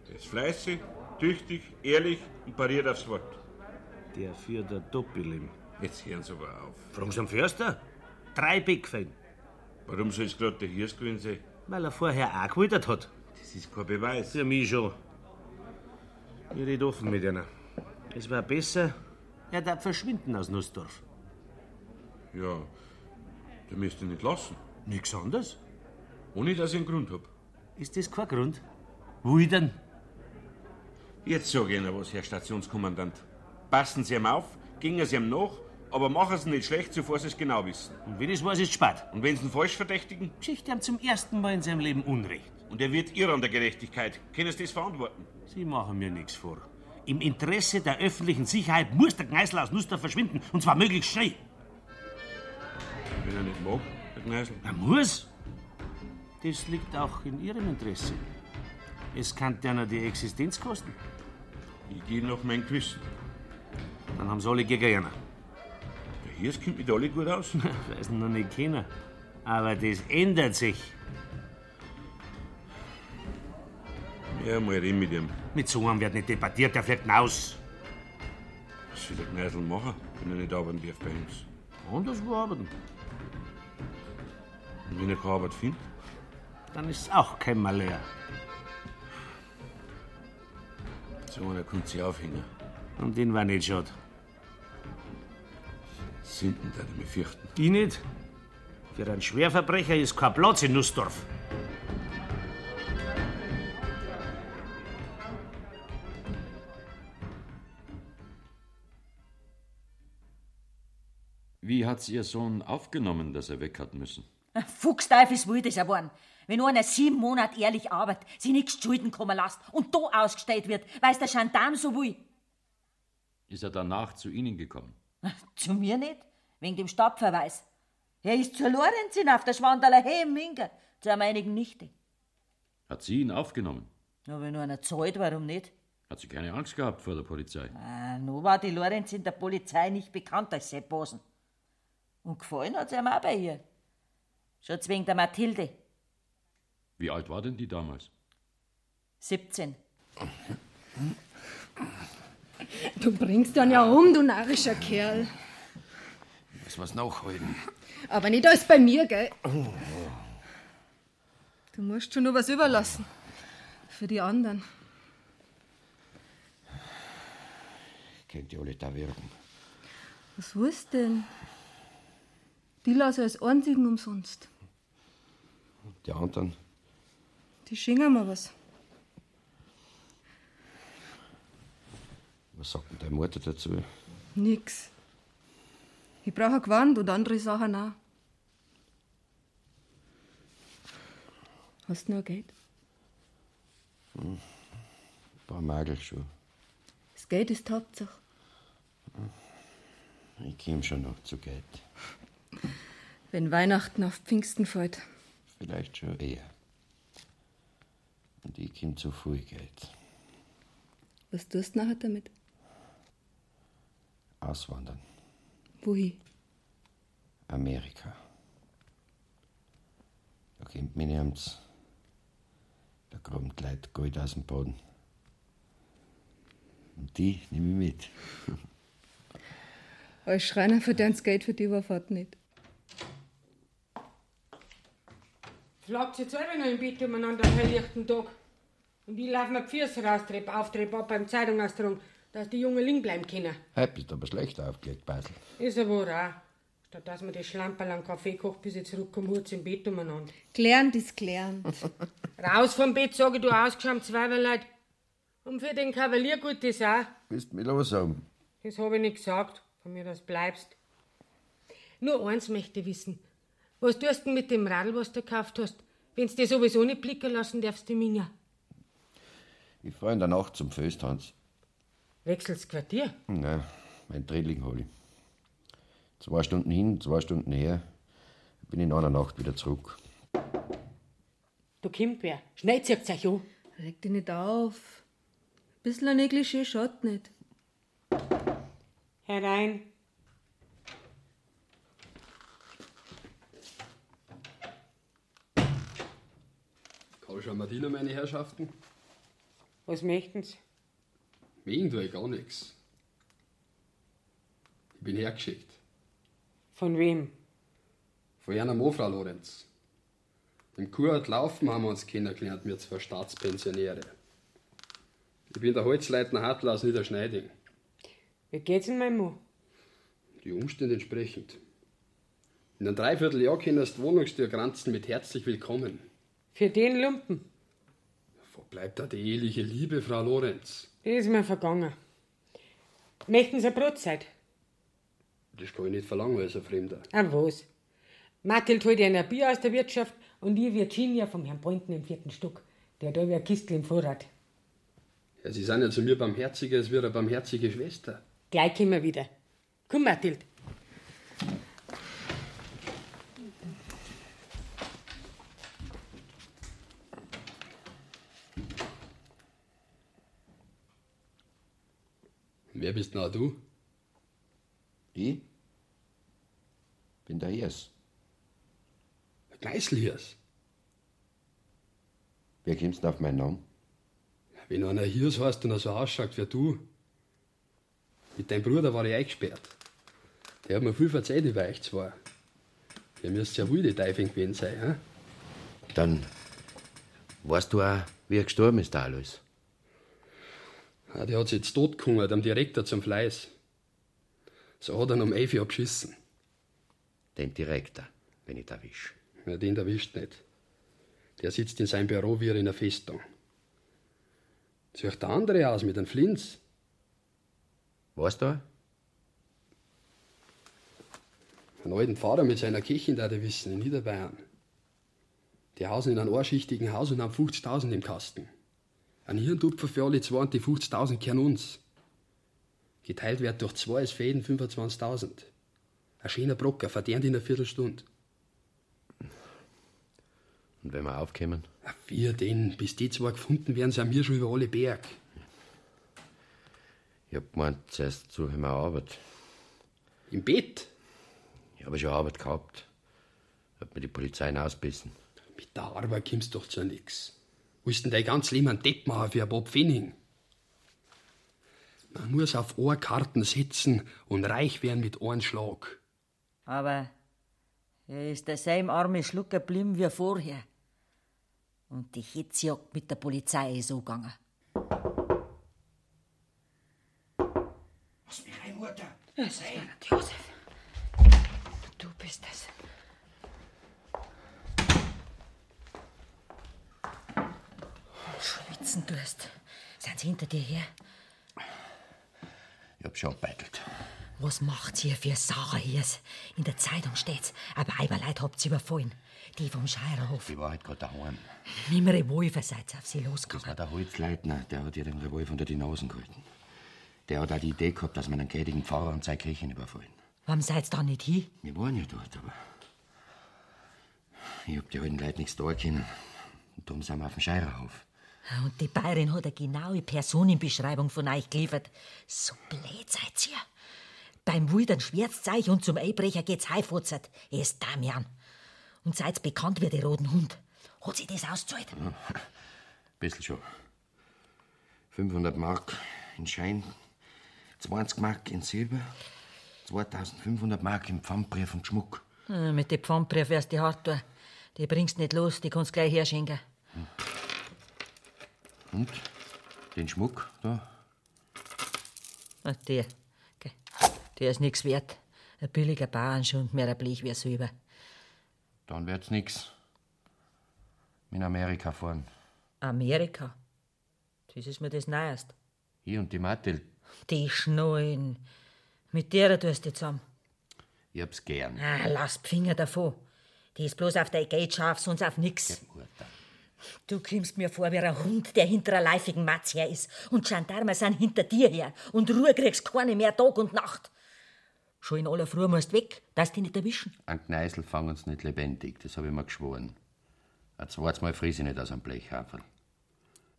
Er ist fleißig, tüchtig, ehrlich und pariert aufs Wort.
Der für der Doppelim.
Jetzt hören Sie aber auf.
Fragen Sie am Förster? Drei Big Fan.
Warum soll es gerade der Hirs gewesen sein?
Weil er vorher auch gewildert hat. Das ist kein Beweis. Für mich schon. Ich rede offen mit ihnen. Es wäre besser, er darf verschwinden aus Nussdorf.
Ja, der müsst ihn nicht lassen.
Nichts anderes?
Ohne, dass ich einen Grund habe.
Ist das kein Grund? Wildern?
Jetzt sage ich Ihnen was, Herr Stationskommandant. Passen Sie ihm auf, gehen Sie ihm nach, aber machen Sie ihn nicht schlecht, bevor Sie es genau wissen.
Und wenn es weiß, ist spät.
Und wenn Sie ihn falsch verdächtigen?
Geschichte haben zum ersten Mal in seinem Leben Unrecht.
Und er wird Irrer an der Gerechtigkeit. Können Sie das verantworten?
Sie machen mir nichts vor. Im Interesse der öffentlichen Sicherheit muss der Gneisel aus Nussdorf verschwinden, und zwar möglichst schnell.
Wenn er nicht mag, der Gneisel.
Er muss. Das liegt auch in Ihrem Interesse. Es kann denen die Existenz kosten.
Ich gehe nach meinem Gewissen.
Dann haben sie alle gegen ihn.
Der Hirs kommt mit alle gut aus.
Weiß noch nicht keiner. Aber das ändert sich.
Ja, mal reden mit ihm.
Mit so einem wird nicht debattiert, der fliegt hinaus.
Was soll der Gneisel machen, wenn er nicht arbeiten darf bei uns?
Anderswo arbeiten.
Und wenn er keine Arbeit findet?
Dann ist es auch kein Malheur.
So einer kommt sie aufhängen.
Und den war nicht schade.
Sünden darf ich mich fürchten.
Ich nicht. Für einen Schwerverbrecher ist kein Platz in Nussdorf.
Wie hat's Ihr Sohn aufgenommen, dass er weg hat müssen?
Fuchsteif ist wild, ist er geworden. Wenn einer sieben Monate ehrlich arbeitet, sie nichts zu Schulden kommen lässt und da ausgestellt wird, weil der Gendarm so will.
Ist er danach zu Ihnen gekommen?
Zu mir nicht, wegen dem Stabverweis. Er ist zur Lorenz hinauf, der Schwanderler hey im Minker, zu einer einigen Nichte.
Hat sie ihn aufgenommen?
Ja, wenn einer zahlt, warum nicht?
Hat sie keine Angst gehabt vor der Polizei?
Ah, nur war die Lorenz in der Polizei nicht bekannt als Sepp Bosen. Und gefallen hat's ihm auch bei ihr. Schon wegen der Mathilde.
Wie alt war denn die damals?
17.
Du bringst dann ja um, du narrischer Kerl.
Muss man's nachholen.
Aber nicht alles bei mir, gell?
Oh,
Du musst schon nur was überlassen. Für die anderen.
könnt ihr alle da wirken.
Was willst denn? Die lasse als einzigen umsonst.
Die anderen,
Die schingen mir was.
was sagt denn deine Mutter dazu?
Nix. Ich brauche ein Gewand und andere Sachen auch. Hast du noch Geld?
Hm. Ein paar Magelschuhe.
Das Geld ist die Hauptsache.
Ich komme schon noch zu Geld.
Wenn Weihnachten auf Pfingsten fällt.
Vielleicht schon eher. Und ich komme zu viel Geld.
Was tust du nachher damit?
Auswandern.
Wohin?
Amerika. Da kommt mich nirgends. Da kommt Leute Gold aus dem Boden. Und die nehme ich mit.
Als Schreiner verdient das Geld für die Überfahrt nicht.
Schlagt jetzt alle noch im Bett umeinander am helllichten Tag. Und ich laufe mir die Füße raus, Treppe auf, Treppe ab beim Zeitungaustragen, dass die Jungen liegen bleiben können.
Heute bist du aber schlecht aufgelegt, Beisel.
Ist ja wohl auch. Statt dass mir die Schlamperl einen Kaffee kocht, bis ich zurückkomme, hurz im Bett umeinander.
Gelernt ist gelernt.
Raus vom Bett, sage ich, du ausgeschaut, Zweiberleid. Und für den Kavalier gut ist auch.
Willst du mich los haben?
Das habe ich nicht gesagt, von mir das bleibst. Nur eins möchte ich wissen. Was tust du mit dem Radl, was du gekauft hast? Wenn's dir sowieso nicht blicken lassen darfst, die Minga.
Ich fahre in der Nacht zum Fösthans.
Wechselst Quartier?
Nein, mein Drilling hole ich. Zwei Stunden hin, zwei Stunden her. Bin in einer Nacht wieder zurück.
Da kommt wer. Schnell zieht's euch an.
Reg dich nicht auf. Ein bisschen ein Negligé schaut nicht.
Herein.
Karlscher Martina, meine Herrschaften.
Was möchten's?
Wegen tue ich gar nichts. Ich bin hergeschickt.
Von wem?
Von einer Mofrau Lorenz. Im Kurort Laufen haben wir uns kennengelernt, wir zwei Staatspensionäre. Ich bin der Holzleitner Hartl aus Niederschneiding.
Wie geht's in meinem Mo?
Die Umstände entsprechend. In einem Dreivierteljahr kennst du die Wohnungstür granzen mit herzlich willkommen.
Für den Lumpen.
Wo bleibt da die eheliche Liebe, Frau Lorenz?
Die ist mir vergangen. Möchten Sie eine Brotzeit?
Das kann ich nicht verlangen als ein Fremder.
Ah, was? Mathilde holt ihr ein Bier aus der Wirtschaft und ich Virginia vom Herrn Pointen im vierten Stock. Der hat alle eine Kistel im Vorrat.
Ja, Sie sind ja zu mir barmherziger als wir eine barmherzige Schwester.
Gleich kommen wir wieder. Komm, Mathilde.
Wer bist denn auch du?
Ich? Bin der Hirs.
Geißelhirs.
Wie kommst du auf meinen Namen?
Wenn einer Hirs heißt und er so ausschaut wie du. Mit deinem Bruder war ich eingesperrt. Der hat mir viel verzeiht über euch zwar. Ihr müsst ja wohl die Teufel gewesen sein, hä?
Dann weißt du auch, wie er gestorben ist, der alles.
Ah, der hat sich jetzt tot gehungert, am Direktor zum Fleiß. So hat er ihn um 11 Uhr geschissen.
Den Direktor, wenn ich da erwisch.
Na, den erwischt nicht. Der sitzt in seinem Büro wie er in einer Festung. Sieht der andere aus mit einem Flins.
Weißt du?
Einen alten Pfarrer mit seiner Kirche, da der wissen, in Niederbayern. Die hausen in einem einschichtigen Haus und haben 50.000 im Kasten. Ein Hirntupfer für alle zwei und die 50.000 kehren uns. Geteilt wird durch zwei ist für jeden 25.000. Ein schöner Brocker, verdient in einer Viertelstunde.
Und wenn wir aufkommen,
Wir den, bis die zwei gefunden werden, sind wir schon über alle Berg.
ich hab gemeint, zuerst suche ich mir eine Arbeit.
Im Bett?
Ich habe schon Arbeit gehabt. Hat mir die Polizei ausbissen.
Mit der Arbeit kommst du doch zu nix. Willst denn dein ganzes Leben einen Depp machen für einen Bob Finning? Man muss auf Ohrkarten sitzen und reich werden mit einem Schlag.
Aber er ist derselbe arme Schluck geblieben wie vorher. Und die Hitzjagd mit der Polizei ist angegangen.
Lass mich rein, Mutter.
Josef. Du bist es.
Schwitzen tust. Sind sie hinter dir her?
Ich hab schon gebeitelt.
Was macht's hier für Sachen hier? In der Zeitung steht's, aber Eiberleid habt's überfallen. Die vom Scheirerhof.
Die war halt gerade daheim.
Nimmer Revolver seid's auf sie losgegangen.
Das war der Holzleitner, der hat ihr den Revolver unter die Nasen gehalten. Der hat auch die Idee gehabt, dass wir einen gnädigen Pfarrer und seine Kirchen überfallen.
Warum seid's da nicht hin?
Wir waren ja dort, aber. Ich hab die alten Leute nichts da können. Und darum sind wir auf dem Scheirerhof.
Und die Bayerin hat eine genaue Personenbeschreibung von euch geliefert. So blöd seid ihr. Beim Wildern schwärzt euch und zum Einbrecher geht's heifuzert. Er ist Damian. Und seid bekannt wie der roten Hund. Hat sich das ausgezahlt?
Ja, bisschen ne? schon. 500 Mark in Schein, 20 Mark in Silber, 2500 Mark in Pfandbrief und Schmuck.
Äh, Mit den Pfandbrief wärst die hart tun. Die bringst nicht los, die kannst gleich herschenken.
Und den Schmuck da.
Ah, der. gell, Der ist nichts wert. Ein billiger Bauernschuh und mehr ein Blech wie Silber.
Dann wird's nix. In Amerika fahren.
Amerika. Das ist mir das Neueste.
Ich und die Mathilde,
Die Schnullen. Mit der tust du zusammen.
ich hab's gern.
Ah,
lass die Finger davon. Die ist bloß auf dein Geld scharf, sonst auf nix. Du kommst mir vor wie ein Hund, der hinter einer leifigen Matz her ist. Und Gendarme sind hinter dir her. Und Ruhe kriegst keine mehr Tag und Nacht. Schon in aller Früh musst weg, dass die nicht erwischen.
An Gneisel fangen uns nicht lebendig, das hab ich mir geschworen. Ein zweites Mal friss ich nicht aus einem Blechhaferl.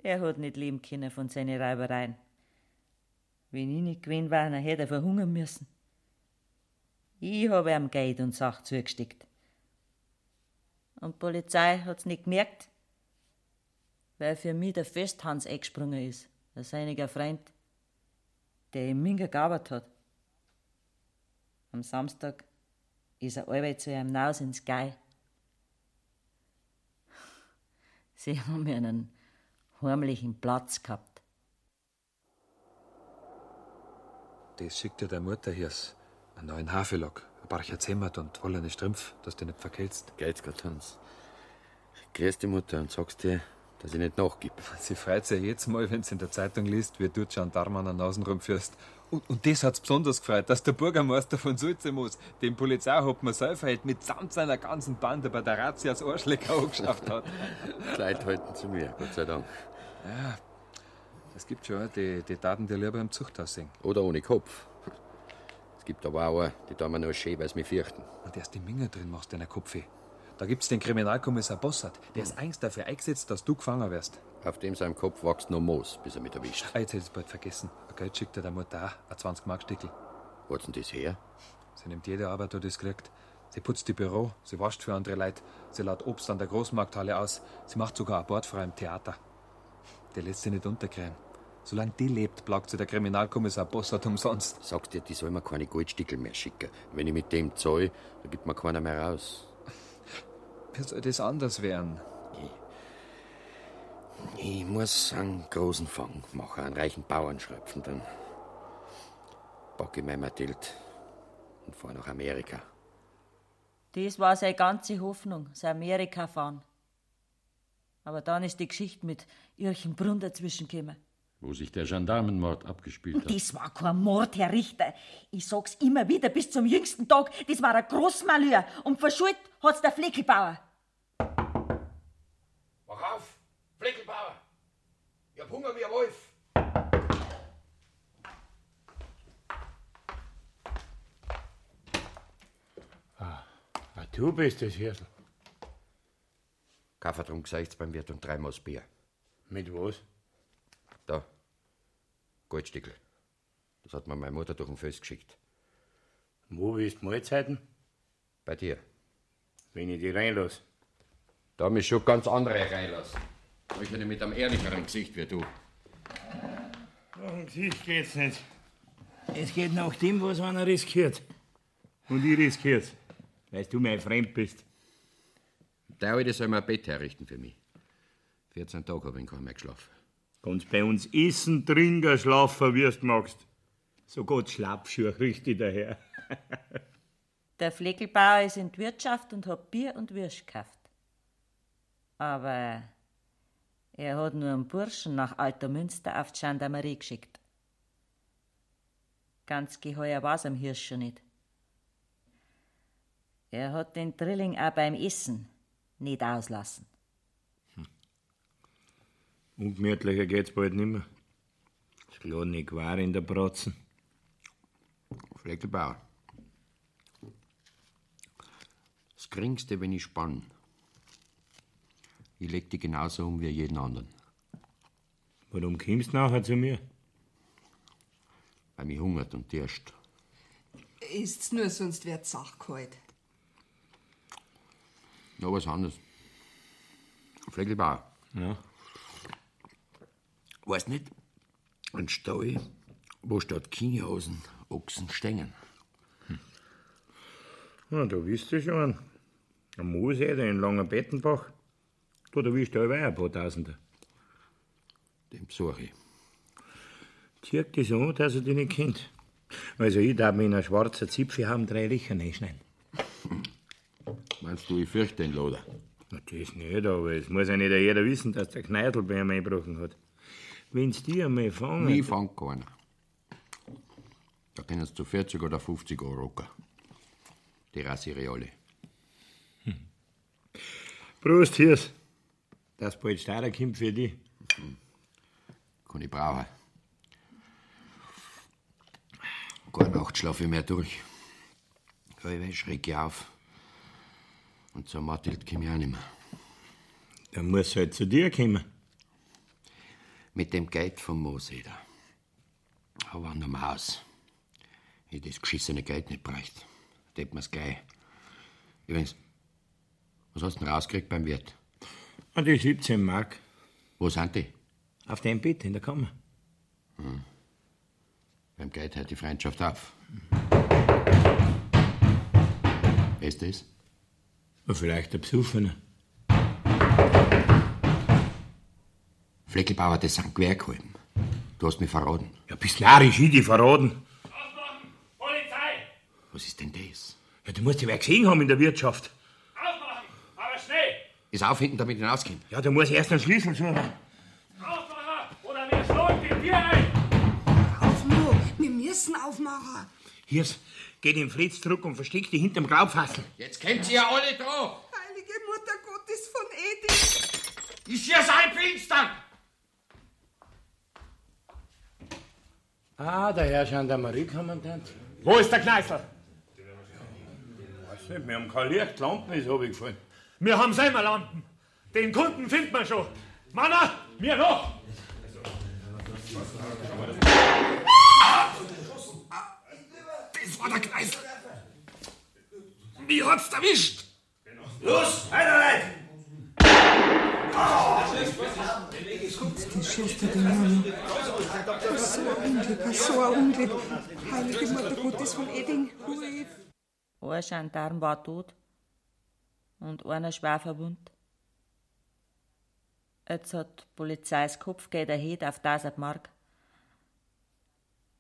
Er hat nicht leben können von seinen Reibereien. Wenn ich nicht gewesen wäre, dann hätte er verhungern müssen. Ich habe ihm Geld und Sache zugesteckt. Und die Polizei hat's nicht gemerkt, weil für mich der Festhans eingesprungen ist, ein seiniger Freund, der im Minger gearbeitet hat. Am Samstag ist er allweil zu ihm hinaus ins Gei. Sie haben mir einen heimlichen Platz gehabt.
Das schickt dir deine Mutter hier. Einen neuen Haferlock, ein paar Zemmert und wollene Strümpf, dass du nicht verkältst.
Geht's Gott, Hans. Grüß die Mutter und sagst dir, dass ich nicht nachgib.
Sie freut sich ja jedes Mal, wenn sie in der Zeitung liest, wie du Gendarmen an der Nase rumführst. Und, und das hat's besonders gefreut, dass der Bürgermeister von Sulzemus den Polizeihauptmann Seiferheit mitsamt seiner ganzen Bande bei der Razzia als Arschlecker angeschafft hat.
Die Leute halten zu mir, Gott sei Dank.
Ja, es gibt schon, die, die Daten dir lieber im Zuchthaus sehen.
Oder ohne Kopf. Es gibt aber auch eine, die tun mir nur schön, weil sie mich fürchten.
Und erst die Minge drin machst, deiner Kopfe. Da gibt's den Kriminalkommissar Bossert. Der ist einst dafür eingesetzt, dass du gefangen wirst.
Auf dem seinem Kopf wächst noch Moos, bis er mich erwischt.
Ah, jetzt hätte ich es bald vergessen. Ein Geld schickt dir der Mutter auch, ein 20 mark stickel
Wo hat's denn das her?
Sie nimmt jede Arbeit, die das kriegt. Sie putzt die Büro, sie wascht für andere Leute, sie lädt Obst an der Großmarkthalle aus, sie macht sogar ein Bord frei im Theater. Die lässt sie nicht unterkriegen. Solange die lebt, plagt sie der Kriminalkommissar Bossert umsonst.
Sagst dir, die soll mir keine Goldstickel mehr schicken. Wenn ich mit dem zahle, da gibt mir keiner mehr raus.
Wie soll das anders werden?
Ich muss einen großen Fang machen, einen reichen Bauern schröpfen, dann packe ich mein Matild und fahre nach Amerika.
Das war seine ganze Hoffnung, sein Amerika fahren. Aber dann ist die Geschichte mit Irchenbrunn dazwischen gekommen.
wo sich der Gendarmenmord abgespielt hat.
Das war kein Mord, Herr Richter. Ich sag's immer wieder bis zum jüngsten Tag, das war ein Großmalheur und verschuldet hat's der Fleckelbauer.
Mach auf, Fleckelbauer! Ich hab Hunger wie ein Wolf!
Ah, du bist das Hirtel.
Kaffee drum gesagt beim Wirt und dreimal das Bier.
Mit was?
Da. Goldstickel. Das hat mir meine Mutter durch den Fels geschickt.
Wo willst du Mahlzeiten?
Bei dir.
Wenn ich die reinlasse.
Da haben mich schon ganz andere reinlassen. Solche die mit einem ehrlicheren Gesicht wie du.
Nach dem Gesicht geht's nicht. Es geht nach dem, was einer riskiert. Und ich riskier's. Weißt du, mein Fremd bist.
Der Alte soll mir ein Bett herrichten für mich. 14 Tage habe ich kaum mehr geschlafen.
Kannst bei uns essen, trinken, schlafen, wie du magst. So Gott Schlappschuhe richtig daher.
Der Fleckelbauer ist in die Wirtschaft und hat Bier und Würsch gekauft. Aber er hat nur einen Burschen nach Alter Münster auf die Gendarmerie geschickt. Ganz geheuer war's am Hirsch schon nicht. Er hat den Drilling auch beim Essen nicht auslassen.
Ungemütlicher geht's bald nimmer. Das geladene Gewehr in der Bratzen.
Fleckelbauer. Das Geringste, wenn ich spann. Ich leg die genauso um wie jeden anderen.
Warum kommst du nachher zu mir?
Weil mich hungert und dürst.
Ist's nur, sonst wird's auch kalt.
Noch was anderes. Fleckelbauer.
Ja.
Weiß nicht, ein Stall, wo statt Kniehosen Ochsen stängen.
Hm. Na, da wisst ihr schon. Am Mooseder in Langenbettenbach. Da, da wisst ihr auch ein paar Tausender.
Dem suche ich.
Tierk das an, dass er die nicht kennt. Also, ich darf mir in einer schwarzen Zipfel haben, drei Löcher reinschneiden.
Meinst du, ich fürchte den Loder?
Na, das nicht, aber es muss ja nicht jeder wissen, dass der Kneidl bei ihm eingebrochen hat. Wenn's die einmal fangen.
Nie fang keiner. Da können sie zu 40 oder 50 Euro rocken. Die rasiere ich alle.
Prost, Hirs. Dass bald Steirer kommt für dich.
Hm. Kann ich brauchen. Keine Nacht schlafe ich mehr durch. Halbe schrecke ich auf. Und zur Mathilde komme ich auch nicht mehr.
Dann muss halt zu dir kommen.
Mit dem Geld vom Mooseder. Aber an dem Haus. Ich das geschissene Geld nicht bräuchte. Tät mir's gleich. Übrigens, was hast du denn rausgekriegt beim Wirt?
Und die 17 Mark.
Wo sind die?
Auf deinem Bett in der Kammer.
Hm. Beim Geld hört die Freundschaft auf. Wer ist das?
Und vielleicht der Besoffene.
Fleckelbauer, das sind Gewehrkolben. Du hast mich verraten.
Ja, bist narrisch, ich die verraten.
Was ist denn das?
Ja, du musst ja wer gesehen haben in der Wirtschaft.
Aber schnell!
Ist aufhinten, damit ich hinauskomme.
Ja, du musst erst einen Schlüssel suchen.
Oder wir schlagen die Tür ein!
Nur, wir müssen aufmachen.
Hier, geh den Fritz zurück und versteck dich hinterm Glaubfassel.
Jetzt kennt sie ja alle drauf.
Heilige Mutter Gottes von Edith.
Ich schieß ein Finstern!
Ah, der Herr Gendarmeriekommandant.
Wo ist der Kneißl? Weiß nicht, wir haben kein Licht. Die Lampen ist runtergefallen.
Wir haben selber Lampen. Den Kunden findet man schon. Manner, mir noch!
Das war der Kneißl. Wie hat's erwischt?
Los, einer rein! Gott, die Schwester, die Mama. Was so ein Unglück, was so ein Unglück. Heilige Mutter Gottes von Eding. Hui.
Ein Gendarm war tot und einer schwer verwundet. Jetzt hat die Polizei das Kopfgeld erhöht auf 1000 Mark.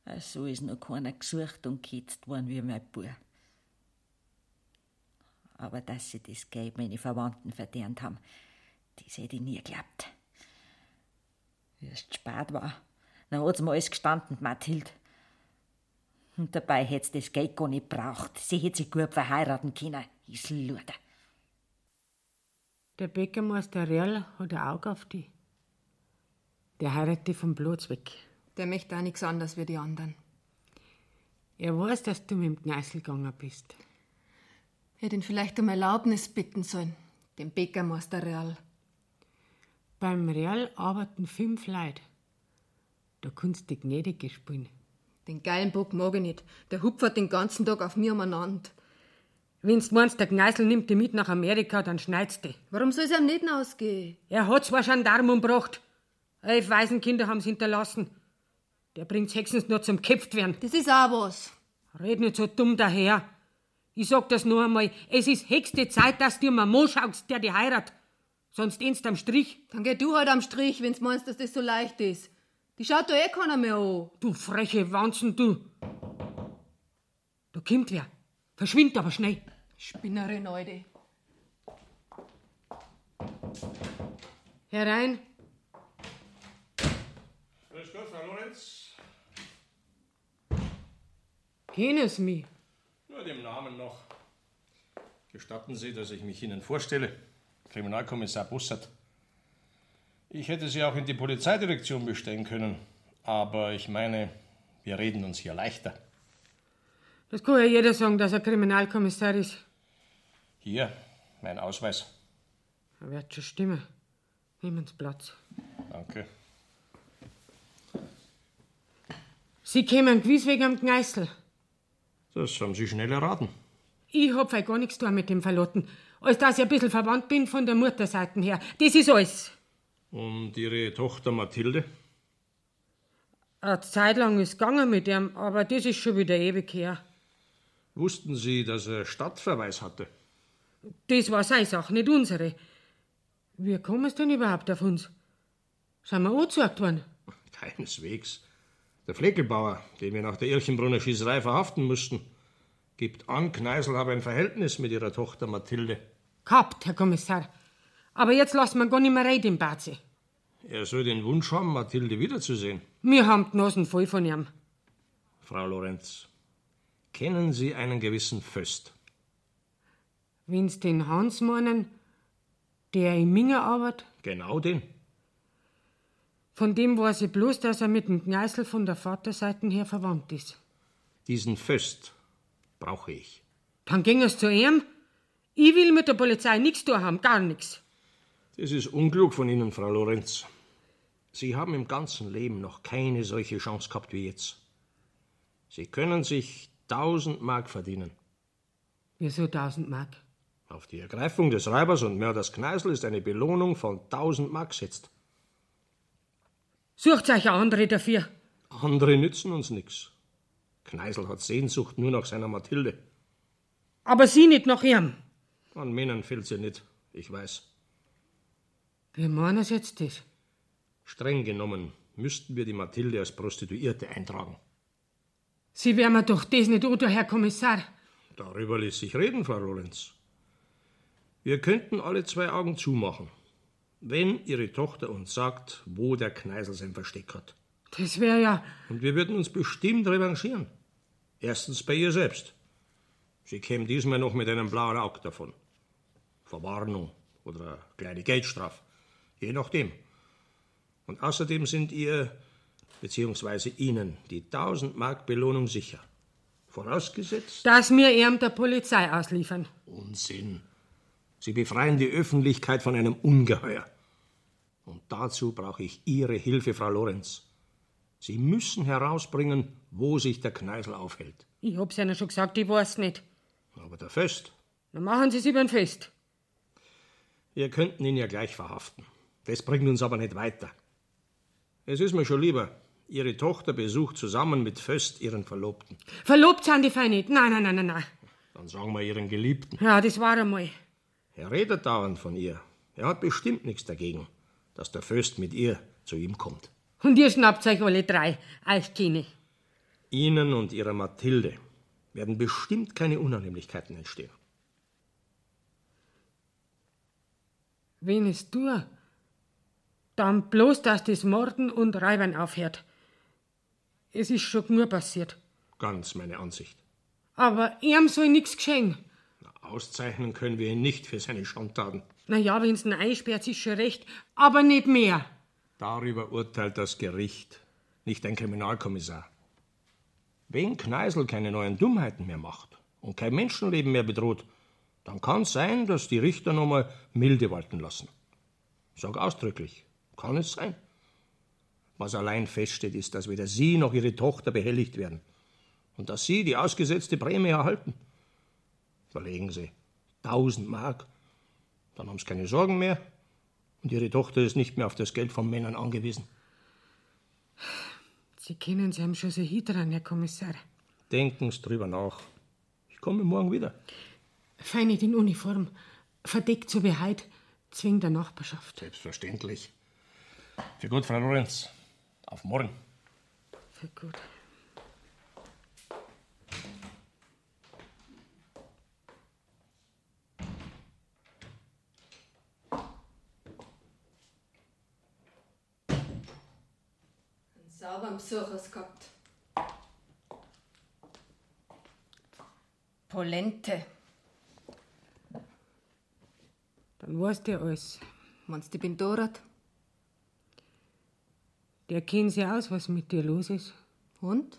Äh, So ist noch keiner gesucht und gehetzt worden wie mein Bub. Aber dass sie das Geld meine Verwandten verdient haben, das hätte ich nie geglaubt. Wie es zu spät war, dann hat's mir alles gestanden, die Mathilde. Und dabei hätt's das Geld gar nicht braucht. Sie hätte sich gut verheiraten können. Ist Luder.
Der Bäckermeister Rerl hat ein Auge auf die. Der heiratet die vom Blut weg.
Der möchte auch nichts anderes wie die anderen.
Er weiß, dass du mit dem Kneißl gegangen bist.
Hätte ihn vielleicht um Erlaubnis bitten sollen. Dem Bäckermeister Real.
Beim Real arbeiten fünf Leute. Da kannst du die Gnädige spielen.
Den geilen Bock mag ich nicht. Der hupfert den ganzen Tag auf mir umeinander.
Wenn's meinst, der Kneißl nimmt die mit nach Amerika, dann schneidst du.
Warum soll's ihm nicht ausgehen?
Er hat zwar Gendarmen umgebracht. Elf Waisenkinder haben's hinterlassen. Der bringt's höchstens nur zum Köpft werden.
Das ist auch was.
Red nicht so dumm daher. Ich sag das nur einmal. Es ist höchste Zeit, dass du mal Mann schaust, der die heirat. Sonst endst am Strich.
Dann geh du halt am Strich, wenn's meinst, dass das so leicht ist. Die schaut doch eh keiner mehr an.
Du freche Wanzen, du. Da kommt wer. Verschwind aber schnell.
Spinnerin, Alte.
Herein.
Grüß Gott, Frau Lorenz.
Kenes mi.
Nur dem Namen noch. Gestatten Sie, dass ich mich Ihnen vorstelle. Kriminalkommissar Bussert. Ich hätte Sie auch in die Polizeidirektion bestellen können. Aber ich meine, wir reden uns hier leichter.
Das kann ja jeder sagen, dass er Kriminalkommissar ist.
Hier, mein Ausweis.
Er wird schon stimmen. Nimm uns Platz.
Danke.
Sie kämen gewiss wegen am Gneißel.
Das haben Sie schnell erraten.
Ich hab halt gar nichts tun mit dem Verlotten. Als dass ich ein bisschen verwandt bin von der Mutterseite her. Das ist alles.
Und Um Ihre Tochter Mathilde?
Eine Zeit lang ist gegangen mit ihm, aber das ist schon wieder ewig her.
Wussten Sie, dass er Stadtverweis hatte?
Das war seine Sache, nicht unsere. Wie kommst du denn überhaupt auf uns? Sind wir angezeigt worden?
Keineswegs. Der Fleckelbauer, den wir nach der Irchenbrunner Schießerei verhaften mussten, gibt an, Kneisel habe ein Verhältnis mit ihrer Tochter Mathilde.
Gehabt, Herr Kommissar. Aber jetzt lassen wir gar nicht mehr reden, Bazi.
Er soll den Wunsch haben, Mathilde wiederzusehen.
Wir haben die Nasen voll von ihm.
Frau Lorenz, kennen Sie einen gewissen Föst?
Wenn's den Hans meinen, der in Minger arbeitet,
Genau den.
von dem weiß ich bloß, dass er mit dem Gneißel von der Vaterseite her verwandt ist.
Diesen Föst brauche ich.
Dann ging es zu ihm. Ich will mit der Polizei nichts tun haben, gar nichts.
Das ist unklug von Ihnen, Frau Lorenz. Sie haben im ganzen Leben noch keine solche Chance gehabt wie jetzt. Sie können sich tausend Mark verdienen.
Wieso tausend Mark?
Auf die Ergreifung des Reibers und Mörders Kneißl ist eine Belohnung von 1000 Mark gesetzt.
Sucht euch eine andere dafür.
Andere nützen uns nichts. Kneißl hat Sehnsucht nur nach seiner Mathilde.
Aber sie nicht nach ihm.
An Männern fehlt sie nicht, ich weiß.
Wie meinen Sie jetzt das?
Streng genommen müssten wir die Mathilde als Prostituierte eintragen.
Sie wären mir doch das nicht oder, Herr Kommissar.
Darüber lässt sich reden, Frau Lorenz. Wir könnten alle zwei Augen zumachen, wenn Ihre Tochter uns sagt, wo der Kneisel sein Versteck hat.
Das wäre ja.
Und wir würden uns bestimmt revanchieren. Erstens bei ihr selbst. Sie käme diesmal noch mit einem blauen Auge davon. Verwarnung oder eine kleine Geldstrafe. Je nachdem. Und außerdem sind ihr bzw. Ihnen die 1000 Mark Belohnung sicher. Vorausgesetzt,
Dass wir ihm der Polizei ausliefern.
Unsinn. Sie befreien die Öffentlichkeit von einem Ungeheuer. Und dazu brauche ich Ihre Hilfe, Frau Lorenz. Sie müssen herausbringen, wo sich der Kneisel aufhält.
Ich hab's Ihnen schon gesagt, ich weiß nicht.
Aber der Fest,
Dann machen Sie es über ein Fest.
wir könnten ihn ja gleich verhaften. Das bringt uns aber nicht weiter. Es ist mir schon lieber, Ihre Tochter besucht zusammen mit Föst ihren Verlobten.
Verlobt sind die Fei nicht. Nein, nein, nein, nein, nein.
Dann sagen wir ihren Geliebten.
Ja, das war einmal.
Er redet dauernd von ihr. Er hat bestimmt nichts dagegen, dass der Föst mit ihr zu ihm kommt.
Und ihr schnappt euch alle drei, als Kine.
Ihnen und Ihrer Mathilde werden bestimmt keine Unannehmlichkeiten entstehen.
Wenn es tue, dann bloß, dass das Morden und Reiben aufhört. Es ist schon nur passiert.
Ganz meine Ansicht.
Aber ihm soll nichts geschehen.
Auszeichnen können wir ihn nicht für seine Schandtaten.
Na ja, wenn's ihn einsperrt, ist schon recht, aber nicht mehr.
Darüber urteilt das Gericht, nicht ein Kriminalkommissar. Wenn Kneisel keine neuen Dummheiten mehr macht und kein Menschenleben mehr bedroht, dann kann es sein, dass die Richter nochmal milde walten lassen. Ich sag ausdrücklich, kann es sein. Was allein feststeht, ist, dass weder Sie noch Ihre Tochter behelligt werden und dass Sie die ausgesetzte Prämie erhalten. Verlegen Sie, 1000 Mark, dann haben Sie keine Sorgen mehr und Ihre Tochter ist nicht mehr auf das Geld von Männern angewiesen.
Sie können ihm schon so hintran, Herr Kommissar.
Denken Sie drüber nach. Ich komme morgen wieder.
Fei nicht in Uniform, verdeckt so wie heut, zwingt der Nachbarschaft.
Selbstverständlich. Für gut, Frau Lorenz. Auf morgen.
Für gut.
Einen sauberen Besuch hast gehabt.
Polente.
Dann weißt du ja alles.
Meinst du, ich bin Dorat?
Der kennt sich aus, was mit dir los ist.
Und?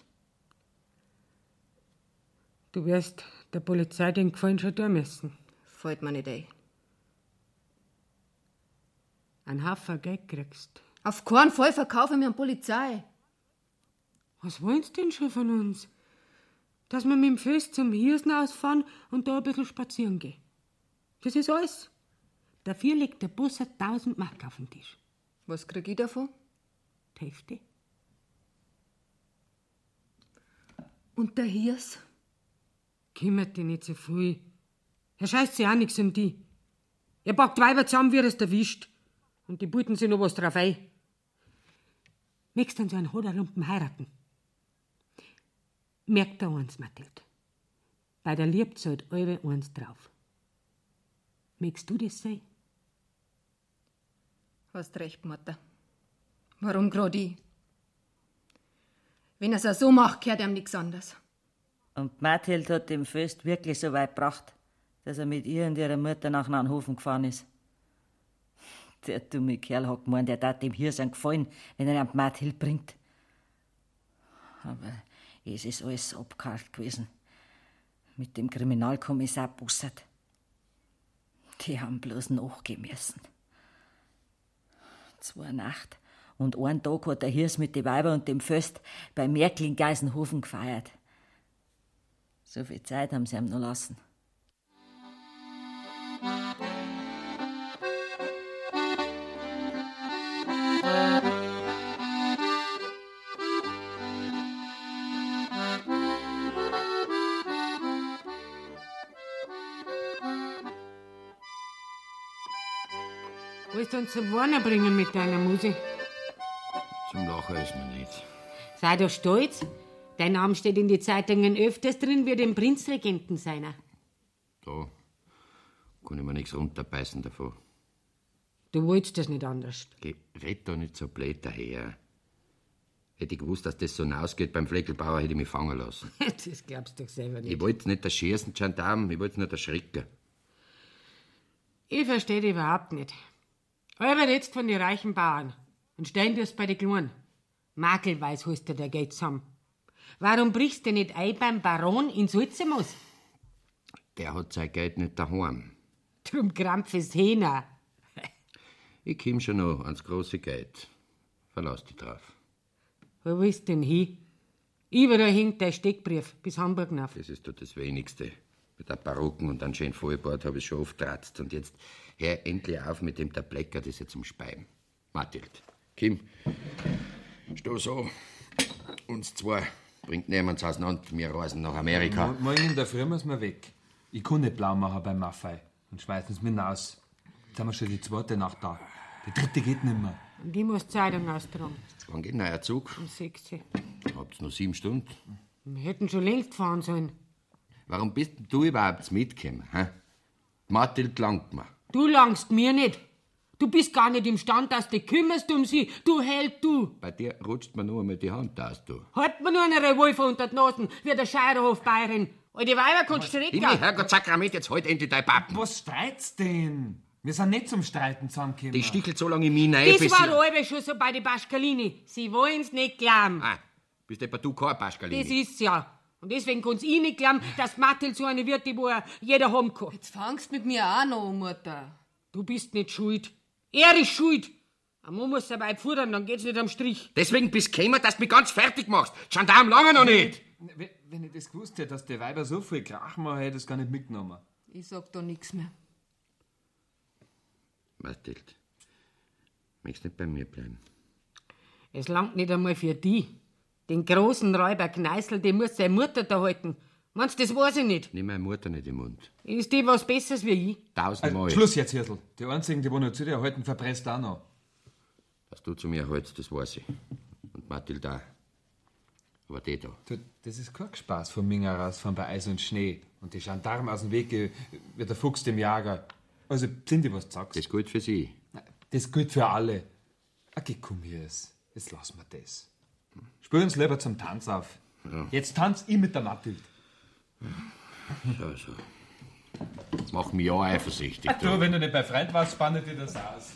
Du wirst der Polizei den Gefallen schon tun müssen.
Fällt mir nicht ein.
Ein Haufen Geld kriegst.
Auf keinen Fall verkaufe ich mir an die Polizei.
Was wollen sie denn schon von uns? Dass wir mit dem Fest zum Hirsen ausfahren und da ein bisschen spazieren gehen. Das ist alles. Dafür legt der Bus 1000 Mark auf den Tisch.
Was krieg ich davon?
Die Hälfte.
Und der Hirs?
Kümmert die nicht so viel. Er scheißt sich auch nichts um die. Er packt Weiber zusammen, wie er es erwischt. Und die buten sich noch was drauf ein. Möchtest du an so einen Hoderlumpen heiraten? Merkt er eins, Mathilde. Bei der Lieb zahlt eure eins drauf. Möchtest du das sein?
Hast recht, Mutter. Warum grad ich? Wenn er's auch so macht, gehört ihm nix anderes.
Und Mathild hat dem Fest wirklich so weit gebracht, dass er mit ihr und ihrer Mutter nach Nahenhofen gefahren ist. Der dumme Kerl hat gemeint, er tat dem Hirsch einen Gefallen, wenn er ihn Mathild bringt. Aber es ist alles abgehakt gewesen. Mit dem Kriminalkommissar Bussard. Die haben bloß nachgehen müssen. Zwei Nacht und einen Tag hat der Hirsch mit den Weiber und dem Föst bei Merkel in Geisenhofen gefeiert. So viel Zeit haben sie ihm noch lassen.
Willst du uns zum Warner bringen mit deiner Musi?
Macher ist man nicht.
Sei doch stolz. Dein Name steht in den Zeitungen öfters drin wie dem Prinzregenten seiner.
Da kann ich mir nichts runterbeißen davon.
Du wolltest das nicht anders.
Geh, red da nicht so blöd daher. Hätte ich gewusst, dass das so hinausgeht beim Fleckelbauer, hätte ich mich fangen lassen.
Das glaubst du doch selber nicht.
Ich wollte nicht erschießen, Gendarm, ich wollte nicht erschrecken.
Ich verstehe dich überhaupt nicht. Euer jetzt von den reichen Bauern und stellen das bei den Kleinen. Makelweis hast du der Geld zusammen. Warum brichst du nicht ein beim Baron in Sulzemus?
Der hat sein Geld nicht daheim.
Drum krampf es Hähner.
Ich komm schon noch ans große Geld. Verlass dich drauf.
Wo willst du denn hin? Überall hängt dein Steckbrief bis Hamburg nach.
Das ist doch das Wenigste. Mit der Barocken und einem schönen Vollbart habe ich schon oft tratzt. Und jetzt hör endlich auf mit dem Tablecker, das ist ja zum Speiben. Matild, Kim, stoß an. Uns zwei. Bringt niemand auseinander, wir reisen nach Amerika.
Mo- Morgen in der Früh müssen wir weg. Ich kann nicht blau machen beim Maffei und schmeißen sie mir hinaus. Jetzt haben wir schon die zweite Nacht da. Die dritte geht nicht mehr.
Und ich muss Zeitung austragen.
Wann geht denn euer Zug?
Um 6 Uhr.
Habt's noch sieben Stunden.
Wir hätten schon längst fahren sollen.
Warum bist denn du überhaupt mitgekommen? Hä? Matild langt mir.
Du langst mir nicht. Du bist gar nicht imstand, dass du dich kümmerst um sie. Du Held, du.
Bei dir rutscht mir nur einmal die Hand aus, du.
Halt mir nur eine Revolver unter die Nasen, wie der Scheierhof Bayern. Alte Weiber kannst strecken.
Himmel, Herrgott, Sakrament, jetzt halt endlich dein Pappen.
Was streit's denn? Wir sind nicht zum Streiten zusammengekommen.
Die stichelt so lange in mich rein,
Das
bis
war halbe schon so bei den Baschkalini. Sie wollen's nicht glauben.
Ah, bist du du kein Pascalini.
Das ist's ja. Und deswegen kann's ich nicht glauben, dass Mattel so eine wird, die wo er jeder haben kann.
Jetzt fangst mit mir auch noch an, Mutter.
Du bist nicht schuld. Er ist schuld. Ein Mann muss dabei fordern, dann geht's nicht am Strich.
Deswegen bist du gekommen, dass du mich ganz fertig machst. Gendarm lange noch nicht.
Wenn- Wenn ich das gewusst hätte, dass die Weiber so viel Krach machen, hätte ich das gar nicht mitgenommen.
Ich sag da nix mehr.
Matild, möchtest nicht bei mir bleiben?
Es langt nicht einmal für die. Den großen Räuber Kneißl, den muss seine Mutter da halten. Meinst du, das weiß ich nicht?
Nimm meine Mutter nicht im Mund.
Ist die was Besseres wie ich?
Tausendmal.
Also, Schluss jetzt, Hirsel. Die einzigen, die wo noch zu dir halten, verpresst auch noch.
Dass du zu mir hältst, das weiß ich. Und Matild auch. Aber die da.
Du, das ist kein Spaß von Minga rausfahren bei Eis und Schnee. Und die Gendarmen aus dem Weg gehen, wie der Fuchs dem Jager. Also, sind die was du sagst?
Das gilt für sie.
Das gilt für alle. Okay, komm, Hirs. Jetzt lassen wir das. Spür uns lieber zum Tanz auf. Jetzt tanz ich mit der Matild.
So, so. Jetzt Also, mach mich auch eifersüchtig.
Du, wenn du nicht bei Freund warst, spanne dir das aus.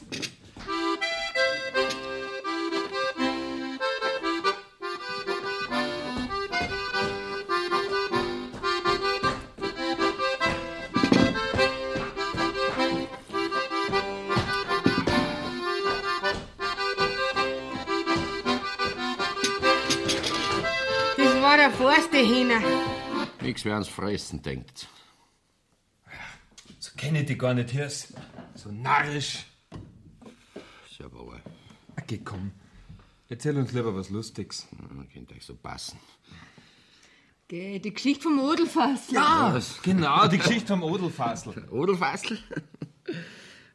Das war der Forste Hähner.
Nix wie ans Fressen denkt.
So kenne ich die gar nicht, Hirs. So narrisch.
Ist ja wahr.
Okay, komm. Erzähl uns lieber was Lustiges.
Hm, Könnte euch so passen.
Geh, die Geschichte vom Odelfassl.
Ah!
Was?
genau, die Geschichte vom Odelfassl.
Odelfassl?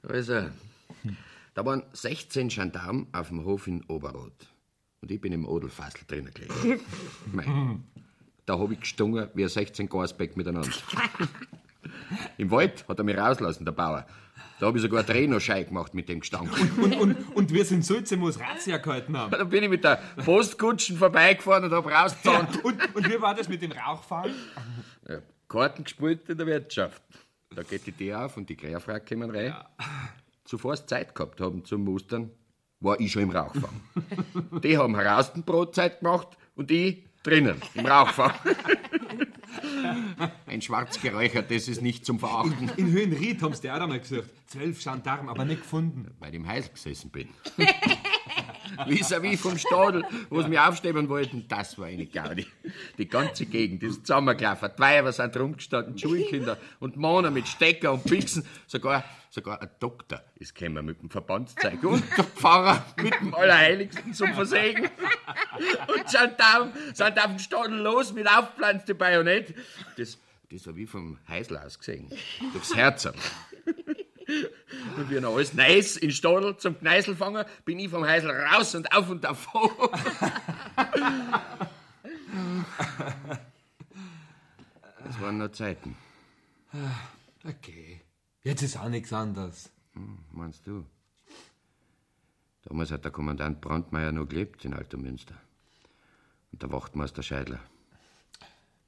Also, da waren 16 Gendarmen auf dem Hof in Oberrot. Und ich bin im Odelfassl drinnen gelegen. Mei, da hab ich gestungen wie ein 16 Gasbeck miteinander. Im Wald hat er mich rauslassen, der Bauer. Da hab ich sogar Trainerschei gemacht mit dem Gestank.
Und, und, und wir sind Sulzemus Razzia gehalten haben.
Da bin ich mit der Postkutschen vorbeigefahren und hab rausgezogen.
Und, und wie war das mit dem Rauchfahren?
Ja, Äh, Karten gespielt in der Wirtschaft. Da geht die Tür auf und die Kräherfrau kommen rein. Zuvor es Zeit gehabt haben zum Mustern, war ich schon im Rauchfang. die haben heraus den Brotzeit gemacht und ich drinnen im Rauchfang. Ein schwarz geräuchertes ist nicht zum
In,
Verachten.
in Höhenried haben sie die auch einmal gesucht. Zwölf Gendarmen, aber nicht gefunden.
Weil ich im Heisel gesessen bin. Vis-à-vis vom Stadel, wo sie mich aufstehen wollten, das war eine Gaudi. Die ganze Gegend ist zusammengelaufen. Die Weiber sind rumgestanden, die Schulkinder und Männer mit Stecker und Pixen. Sogar, sogar ein Doktor ist gekommen mit dem Verbandszeiger und der Pfarrer mit dem Allerheiligsten zum Versägen. Und sind auf, sind auf den Stadel los mit aufgepflanzten Bajonett. Das, das habe ich vom Heisel aus gesehen. Durchs Herz. Und wie noch alles Neues in Stadl zum Kneißelfangen, bin ich vom Heisel raus und auf und davon. Das waren noch Zeiten.
Okay. Jetzt ist auch nichts anders.
Hm, meinst du? Damals hat der Kommandant Brandmeier noch gelebt in Altomünster. Und der Wachtmeister Scheidler.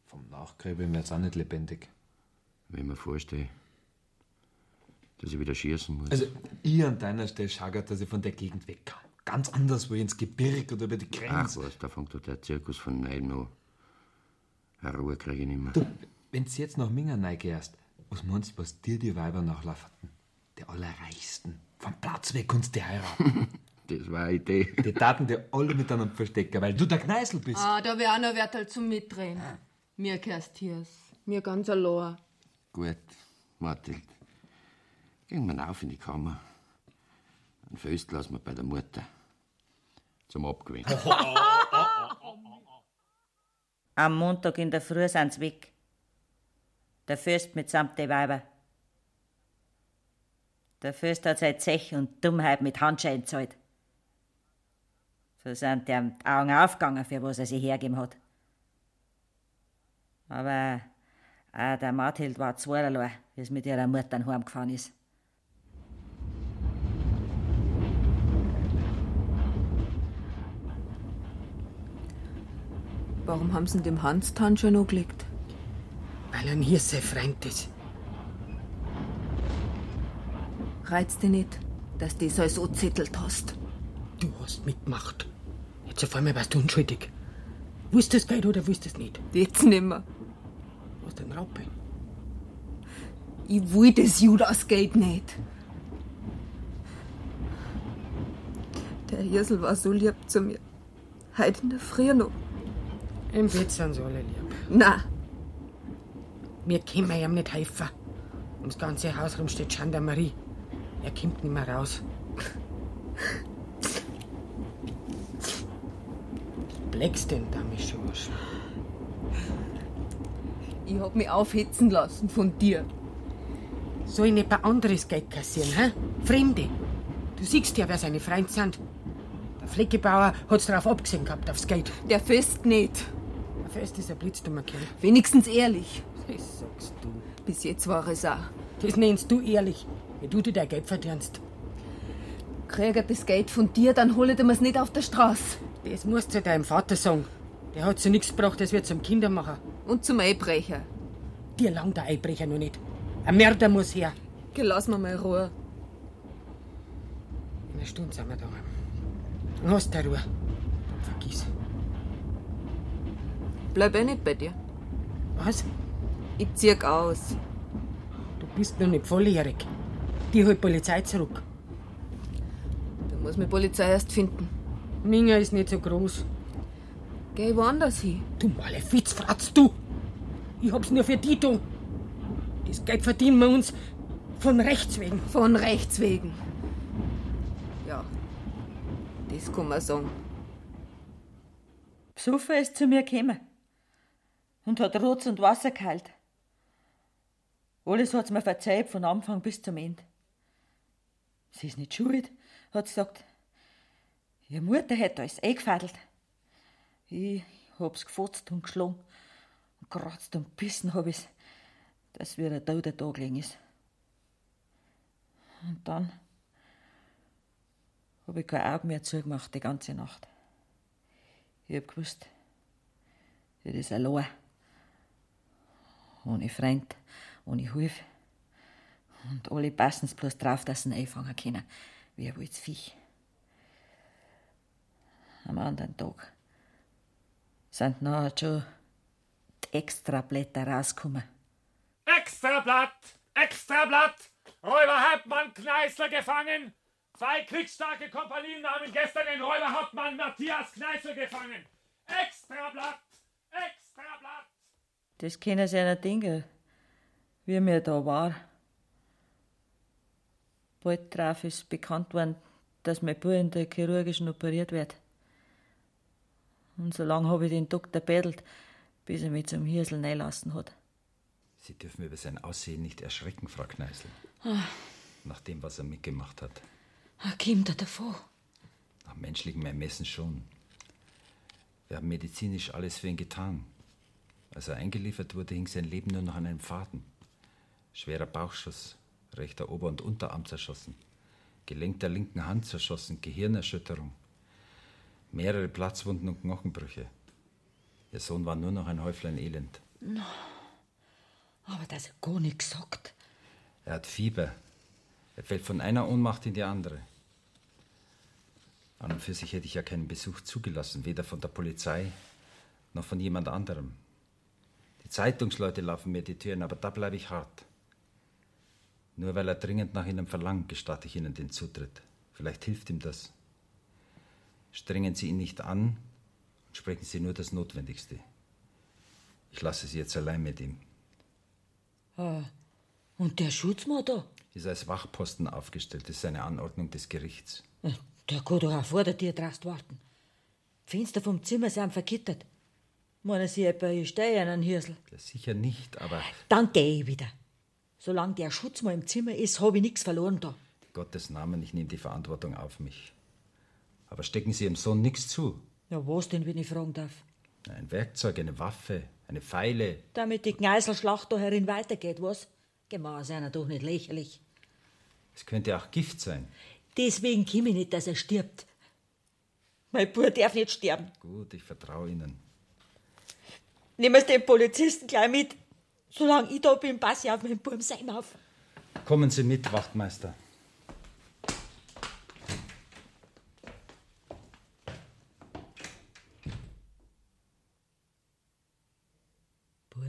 Vom Nachgräbe bin jetzt auch nicht lebendig.
Wenn ich mir vorstelle, dass ich wieder schießen muss.
Also, ich an deiner Stelle schagert, dass ich von der Gegend weg kann. Ganz anders, wo ich ins Gebirg oder über die
Ach
Grenze.
was, da fängt doch der Zirkus von Neim an. Eine Ruhe kriege ich nicht mehr.
Du, wenn du jetzt nach Mingan reingehst, was meinst du, was dir die Weiber nachlauferten? Die allerreichsten. Vom Platz weg und die heiraten.
Das war eine Idee.
Die taten dir alle miteinander verstecken, weil du der Kneißl bist.
Ah, da wär auch noch Wertel zum Mitdrehen.
Ah.
Mir gehörst hier's. Mir ganz allein.
Gut, Mathilde. Gehen wir rauf in die Kammer. Ein Föst lassen wir bei der Mutter. Zum Abgewöhnen.
Am Montag in der Früh sind sie weg. Der Fürst mitsamt den Weiber. Der Fürst hat seit Zech und Dummheit mit Handschein gezahlt. So sind ihm die Augen aufgegangen, für was er sie hergeben hat. Aber auch der Mathild war zweierlei, wie es mit ihrer Mutter dann heimgefahren ist.
Warum haben sie ihm dem Hans die Handschuhe noch gelegt?
Weil er hier sein Freund ist.
Reizt dich nicht, dass du das alles angezettelt hast.
Du hast mitgemacht. Jetzt auf einmal warst du unschuldig. Wusst das Geld oder wusst es nicht?
Jetzt nimmer.
Was denn Raupe?
Ich will das Judasgeld nicht.
Der Hirsel war so lieb zu mir. Heute in der Früh noch.
Im Bett sind sie alle lieb.
Na,
Mir können ihm nicht helfen. Ums ganze Haus rum steht Gendarmerie. Er kommt nicht mehr raus. Bleckst denn damit schon? was?
Ich hab mich aufhetzen lassen von dir.
Soll ich nicht bei anderes Geld kassieren, hä? Fremde. Du siehst ja, wer seine Freunde sind. Der Fleckebauer hat's drauf abgesehen gehabt, aufs Geld.
Der Fest nicht.
Der Fest ist ein blitzdummer Kerl.
Wenigstens ehrlich.
Das sagst du.
Bis jetzt war es auch.
Das nennst du ehrlich, wie du dir dein Geld verdienst.
Krieg ich das Geld von dir, dann hol ich mir's nicht auf der Straße.
Das musst du deinem Vater sagen. Der hat so nichts gebracht, das wird zum Kindermacher.
Und zum Einbrecher.
Dir langt der Einbrecher noch nicht. Ein Mörder muss her.
geh, lass mir mal Ruhe.
In einer Stunde sind wir da. Dann hast du Ruhe. Dann vergiss.
Bleib eh nicht bei dir.
Was?
Ich zieh aus.
Du bist noch nicht volljährig. Die holt Polizei zurück.
Da muss mir Polizei erst finden.
Minga ist nicht so groß.
Geh woanders hin.
Du Malefiz, fratz du! Ich hab's nur für die tun. Das Geld verdienen wir uns von rechts wegen.
Von rechts wegen. Ja, das kann man sagen.
Psuffer ist zu mir gekommen und hat Rotz und Wasser geheilt. Alles hat's mir verzeiht, von Anfang bis zum Ende. Sie ist nicht schuld, hat sie gesagt. Ihre Mutter hätte alles eingefadelt. Ich hab's gefotzt und geschlagen und geratzt und bissen hab ich's, dass wieder der Tote da gelegen ist. Und dann hab ich kein Auge mehr zugemacht die ganze Nacht. Ich hab gewusst, das ist allein. Ohne Freund, ohne Hilfe. Und alle passen es bloß drauf, dass sie ihn einfangen können, wie ein wildes Viech. Am anderen Tag sind nachher schon die Extrablätter rausgekommen.
Extrablatt! Extrablatt! Räuberhauptmann Kneißler gefangen! Zwei kriegsstarke Kompanien nahmen gestern den Räuberhauptmann Matthias Kneißl gefangen! Extrablatt! Extrablatt!
Das können sie ja nicht denken, wie mir da war. Bald darauf ist bekannt worden, dass mein Bruder in der chirurgischen operiert wird. Und so lange habe ich den Doktor bettelt, bis er mich zum Hirsel lassen hat.
Sie dürfen über sein Aussehen nicht erschrecken, Frau Kneißl.
Ah,
nach dem, was er mitgemacht hat.
Ah, Kommt er davon?
Nach menschlichem Ermessen schon. Wir haben medizinisch alles für ihn getan. Als er eingeliefert wurde, hing sein Leben nur noch an einem Faden. Schwerer Bauchschuss, rechter Ober- und Unterarm zerschossen, Gelenk der linken Hand zerschossen, Gehirnerschütterung, mehrere Platzwunden und Knochenbrüche. Ihr Sohn war nur noch ein Häuflein Elend.
No. Aber das hat gar nichts gesagt.
Er hat Fieber. Er fällt von einer Ohnmacht in die andere. An und für sich hätte ich ja keinen Besuch zugelassen, weder von der Polizei noch von jemand anderem. Die Zeitungsleute laufen mir die Türen, aber da bleibe ich hart. Nur weil er dringend nach Ihnen verlangt, gestatte ich Ihnen den Zutritt. Vielleicht hilft ihm das. Strengen Sie ihn nicht an und sprechen Sie nur das Notwendigste. Ich lasse Sie jetzt allein mit ihm.
Ah, und der Schutzmann da,
Ist als Wachposten aufgestellt, das ist eine Anordnung des Gerichts.
der kann doch auch vor der Tür draußen warten. Die Fenster vom Zimmer sind verkittert. Meinen Sie etwa, ich stehe einen Hirsel?
Das sicher nicht, aber
Dann gehe ich wieder. Solange der Schutzmann im Zimmer ist, habe ich nichts verloren da.
Gottes Namen, ich nehme die Verantwortung auf mich. Aber stecken Sie Ihrem Sohn nichts zu.
Ja, was denn, wenn ich fragen darf?
Ein Werkzeug, eine Waffe, eine Pfeile.
Damit die Gneiselschlacht da herin weitergeht, was? Gemau seiner doch nicht lächerlich.
Es könnte auch Gift sein.
Deswegen komm ich nicht, dass er stirbt. Mein Bruder darf nicht sterben.
Gut, ich vertraue Ihnen.
Nehmen Sie den Polizisten gleich mit. Solange ich da bin, passe ich auf meinen Buben sein auf.
Kommen Sie mit, Wachtmeister.
Bub.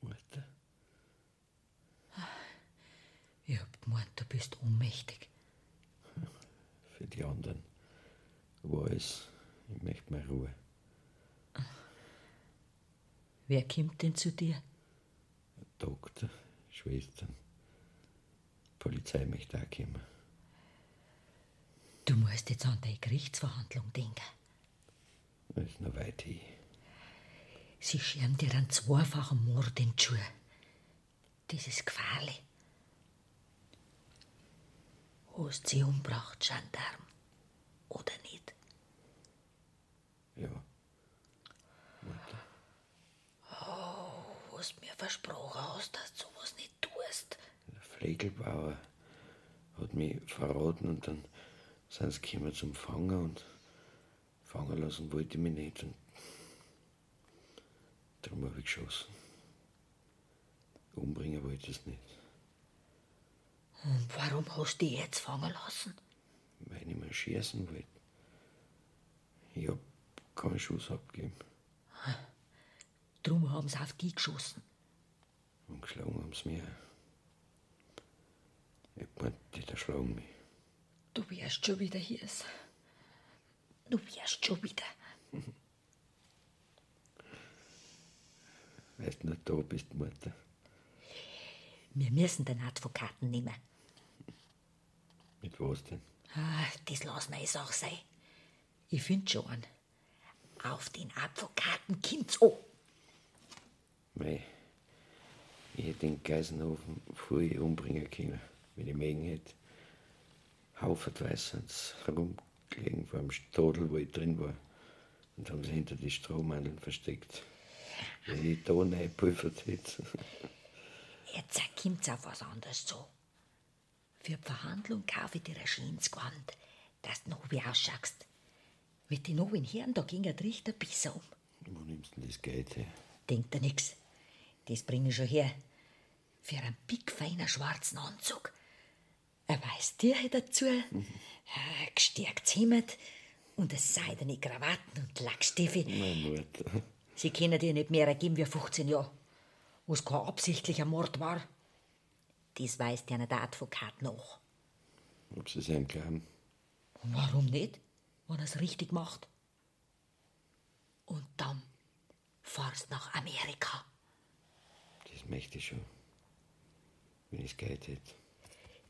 Mutter.
Ich hab gemeint, du bist ohnmächtig.
Für die anderen war es, ich möchte mal Ruhe.
Wer kommt denn zu dir?
Doktor, Schwestern, Polizei möchte auch kommen.
Du musst jetzt an deine Gerichtsverhandlung denken.
Da ist noch weit hin.
Sie schirmen dir einen zweifachen Mord in die Schuhe. Das ist gefährlich. Hast sie umgebracht, Gendarm? Oder nicht?
Ja,
Oh, was mir versprochen hast, dass du was nicht tust.
der Flegelbauer hat mich verraten und dann sind sie gekommen zum Fangen und fangen lassen wollte ich mich nicht und darum habe ich geschossen. Umbringen wollte ich es nicht.
Und Hm, warum hast du die jetzt fangen lassen?
weil ich mal schießen wollte. Ich hab keinen Schuss abgegeben
Drum haben sie auf die geschossen.
und geschlagen haben sie mich. auch. Ich meinte, die erschlagen mich.
Du wirst schon wieder hier sein. Du wirst schon wieder.
Weißt du, da bist Mutter.
Wir müssen den Advokaten nehmen.
Mit was denn?
Ah, das lassen wir jetzt auch sein. Ich finde schon einen. Auf den Advokaten kommt's an.
Mei, ich hätte den Geisenhofen früh umbringen können, wenn ich mögen hätte. Haufenweise sind sie herumgelegen vor dem Stadel, wo ich drin war. Und haben sie hinter die Strohmandeln versteckt. Wenn ich da reinpulvert hätte.
Jetzt kommt's auf was anderes zu. Für die Verhandlung kaufe ich dir ein schönes Gewand, dass du noch wie ausschaust. Mit den neuen Herren, da ging der Richter besser um.
Wo nimmst du denn das Geld her?
Denkt er nix. Das bring ich schon her. Für einen pickfeinen schwarzen Anzug. Ein weißes Tier dazu, ein gestärktes Hemd und eine seidene Krawatten und Lackstiefel.
Meine Mutter.
Sie können dir nicht mehr ergeben wie 15 Jahre. Was kein absichtlicher Mord war, das weiß dir der Advokat noch.
Ob sie es einem glauben?
Und warum nicht, wenn er es richtig macht? Und dann fahrst nach Amerika.
Das möchte ich schon. Wenn ich das Geld hätte.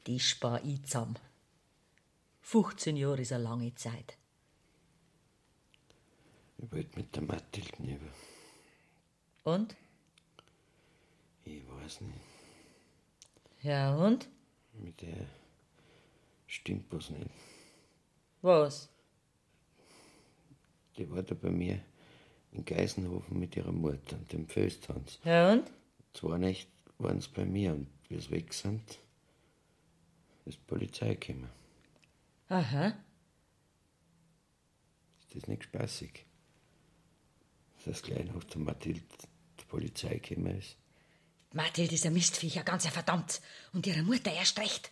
Die spar ich zusammen. 15 Jahre ist eine lange Zeit.
Ich wollte mit der Mathilde über.
Und?
Ich weiß nicht.
Ja, und?
Mit der stimmt was nicht.
Was?
Die war da bei mir in Geisenhofen mit ihrer Mutter und dem Fösthans.
Ja, und?
Zwei Nächte waren sie bei mir und wie sie weg sind, ist die Polizei gekommen.
Aha.
Ist das nicht spaßig? Dass gleich nach der Mathilde die Polizei gekommen ist.
Mathilde ist ein Mistviech, ein ganzer verdammt. Und ihre Mutter erst recht.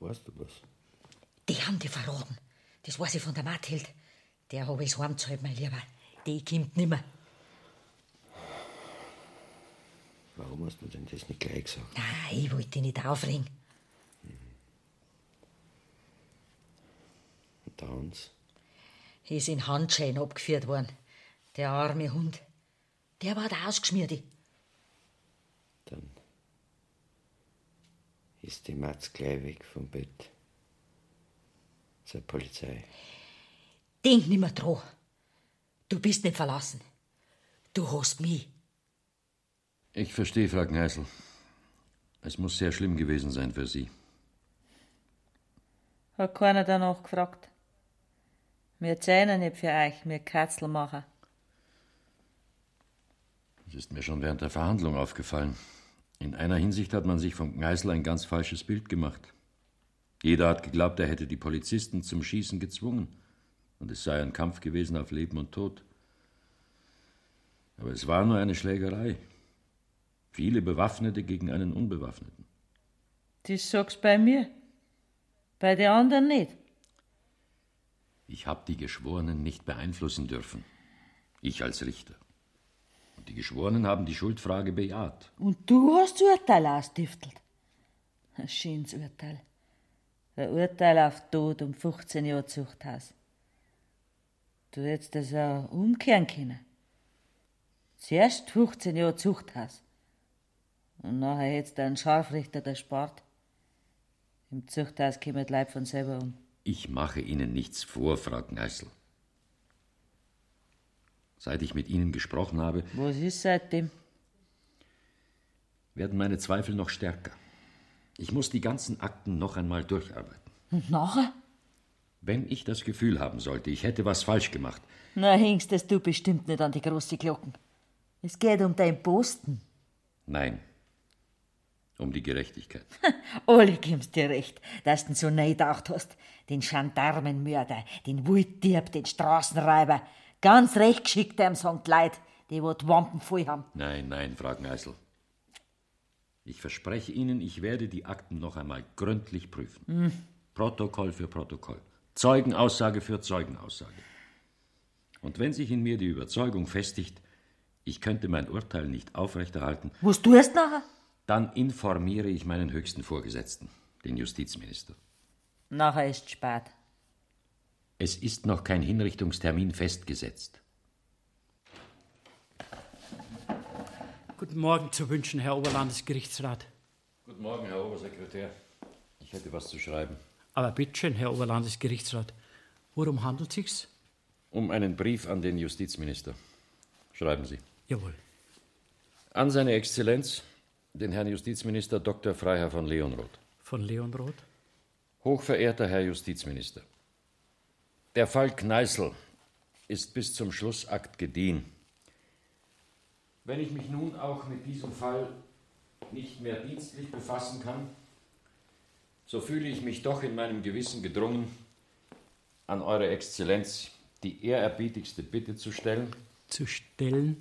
Weißt du was?
Die haben die verraten. Das weiß ich von der Mathilde. Der habe ich heimgehalten, mein Lieber. Die kommt nimmer.
Warum hast du denn das nicht gleich gesagt?
Nein, ich wollte dich nicht aufregen.
Und der Hans?
Er ist in Handschellen abgeführt worden. Der arme Hund. Der war der Ausgeschmierte.
Dann ist die Matz gleich weg vom Bett. Zur Polizei.
Denk nimmer dran. Du bist nicht verlassen. Du hast mich.
Ich verstehe, Frau Gneisel. Es muss sehr schlimm gewesen sein für Sie.
Hat keiner danach gefragt. Wir zählen nicht für euch, wir Katzel machen.
Das ist mir schon während der Verhandlung aufgefallen. In einer Hinsicht hat man sich vom Gneisel ein ganz falsches Bild gemacht. Jeder hat geglaubt, er hätte die Polizisten zum Schießen gezwungen. Und es sei ein Kampf gewesen auf Leben und Tod. Aber es war nur eine Schlägerei. Viele Bewaffnete gegen einen Unbewaffneten.
Das sagst bei mir. Bei den anderen nicht.
Ich habe die Geschworenen nicht beeinflussen dürfen. Ich als Richter. Und die Geschworenen haben die Schuldfrage bejaht.
Und du hast das Urteil ausstiftelt. Ein schönes Urteil. Ein Urteil auf Tod um 15 Jahre Zuchthaus. Du hättest das auch umkehren können. Zuerst 15 Jahre Zuchthaus. Und nachher hättest du einen Scharfrichter erspart. Im Zuchthaus kommen die Leute von selber um.
Ich mache Ihnen nichts vor, Frau Gneisel. Seit ich mit Ihnen gesprochen habe,
Was ist seitdem?
werden meine Zweifel noch stärker. Ich muss die ganzen Akten noch einmal durcharbeiten.
Und nachher?
Wenn ich das Gefühl haben sollte, ich hätte was falsch gemacht,
Na, hängst es du bestimmt nicht an die große Glocken. Es geht um dein Posten.
nein. Um die Gerechtigkeit.
Alle gibst dir recht, dass du ihn so neidacht hast. Den Gendarmenmörder, den Wilddieb, den Straßenräuber. Ganz recht geschickt am St. Leid, die wo die Wampen voll haben.
Nein, nein, Frau Gneisel. Ich verspreche Ihnen, ich werde die Akten noch einmal gründlich prüfen.
Hm.
Protokoll für Protokoll. Zeugenaussage für Zeugenaussage. Und wenn sich in mir die Überzeugung festigt, ich könnte mein Urteil nicht aufrechterhalten,
Was tust du nachher?
dann informiere ich meinen höchsten Vorgesetzten, den Justizminister.
Nachher ist spät.
Es ist noch kein Hinrichtungstermin festgesetzt.
Guten Morgen zu wünschen, Herr Oberlandesgerichtsrat.
Guten Morgen, Herr Obersekretär. Ich hätte was zu schreiben.
Aber bitteschön, Herr Oberlandesgerichtsrat, worum handelt sich's?
Um einen Brief an den Justizminister. Schreiben Sie.
Jawohl.
An seine Exzellenz, den Herrn Justizminister Dr. Freiherr von Leonroth.
Von Leonroth?
Hochverehrter Herr Justizminister, der Fall Kneißl ist bis zum Schlussakt gediehen. Wenn ich mich nun auch mit diesem Fall nicht mehr dienstlich befassen kann, so fühle ich mich doch in meinem Gewissen gedrungen, an Eure Exzellenz die ehrerbietigste Bitte zu stellen,
Zu stellen?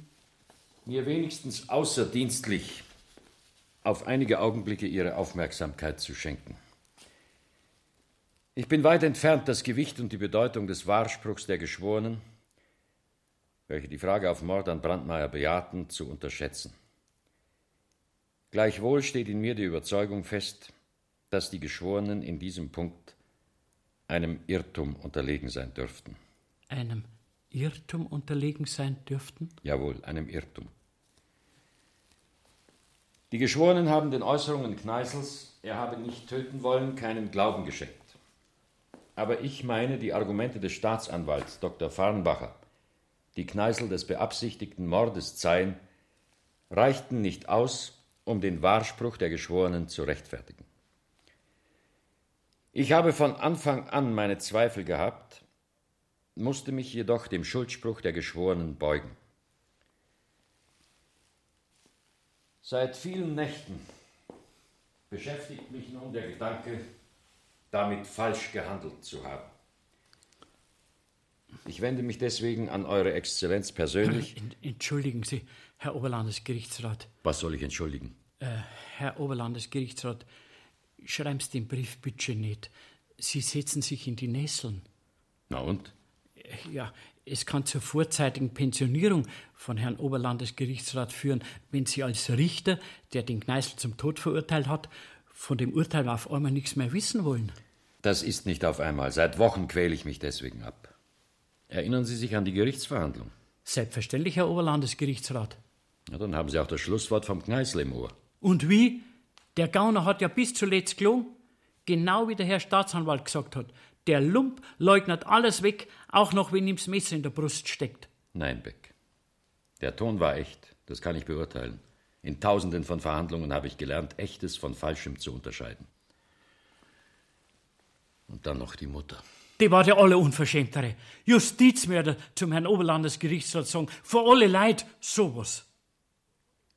mir wenigstens außerdienstlich auf einige Augenblicke Ihre Aufmerksamkeit zu schenken. Ich bin weit entfernt, das Gewicht und die Bedeutung des Wahrspruchs der Geschworenen, welche die Frage auf Mord an Brandmeier bejahten, zu unterschätzen. Gleichwohl steht in mir die Überzeugung fest, dass die Geschworenen in diesem Punkt einem Irrtum unterlegen sein dürften.
Einem Irrtum unterlegen sein dürften?
Jawohl, einem Irrtum. Die Geschworenen haben den Äußerungen Kneißels, er habe nicht töten wollen, keinen Glauben geschenkt. Aber ich meine die Argumente des Staatsanwalts Dr. Farnbacher, die Kneißl des beabsichtigten Mordes zeihen, reichten nicht aus, um den Wahrspruch der Geschworenen zu rechtfertigen. Ich habe von Anfang an meine Zweifel gehabt, musste mich jedoch dem Schuldspruch der Geschworenen beugen. Seit vielen Nächten beschäftigt mich nun der Gedanke, damit falsch gehandelt zu haben. Ich wende mich deswegen an Eure Exzellenz persönlich.
Äh, Ent- Entschuldigen Sie, Herr Oberlandesgerichtsrat.
Was soll ich entschuldigen?
Äh, Herr Oberlandesgerichtsrat, schreiben's den Brief bitte nicht. Sie setzen sich in die Nesseln.
Na und?
Ja, es kann zur vorzeitigen Pensionierung von Herrn Oberlandesgerichtsrat führen, wenn Sie als Richter, der den Kneißl zum Tod verurteilt hat, von dem Urteil auf einmal nichts mehr wissen wollen.
Das ist nicht auf einmal. Seit Wochen quäle ich mich deswegen ab. Erinnern Sie sich an die Gerichtsverhandlung?
Selbstverständlich, Herr Oberlandesgerichtsrat.
Na, dann haben Sie auch das Schlusswort vom Kneißl im Ohr.
Und wie? Der Gauner hat ja bis zuletzt gelogen. Genau wie der Herr Staatsanwalt gesagt hat. Der Lump leugnet alles weg, auch noch, wenn ihm das Messer in der Brust steckt.
Nein, Beck. Der Ton war echt, das kann ich beurteilen. In tausenden von Verhandlungen habe ich gelernt, echtes von falschem zu unterscheiden. Und dann noch die Mutter.
Die war der alle Unverschämtere. Justizmörder zum Herrn Oberlandesgerichtsrat sagen, vor alle Leid sowas.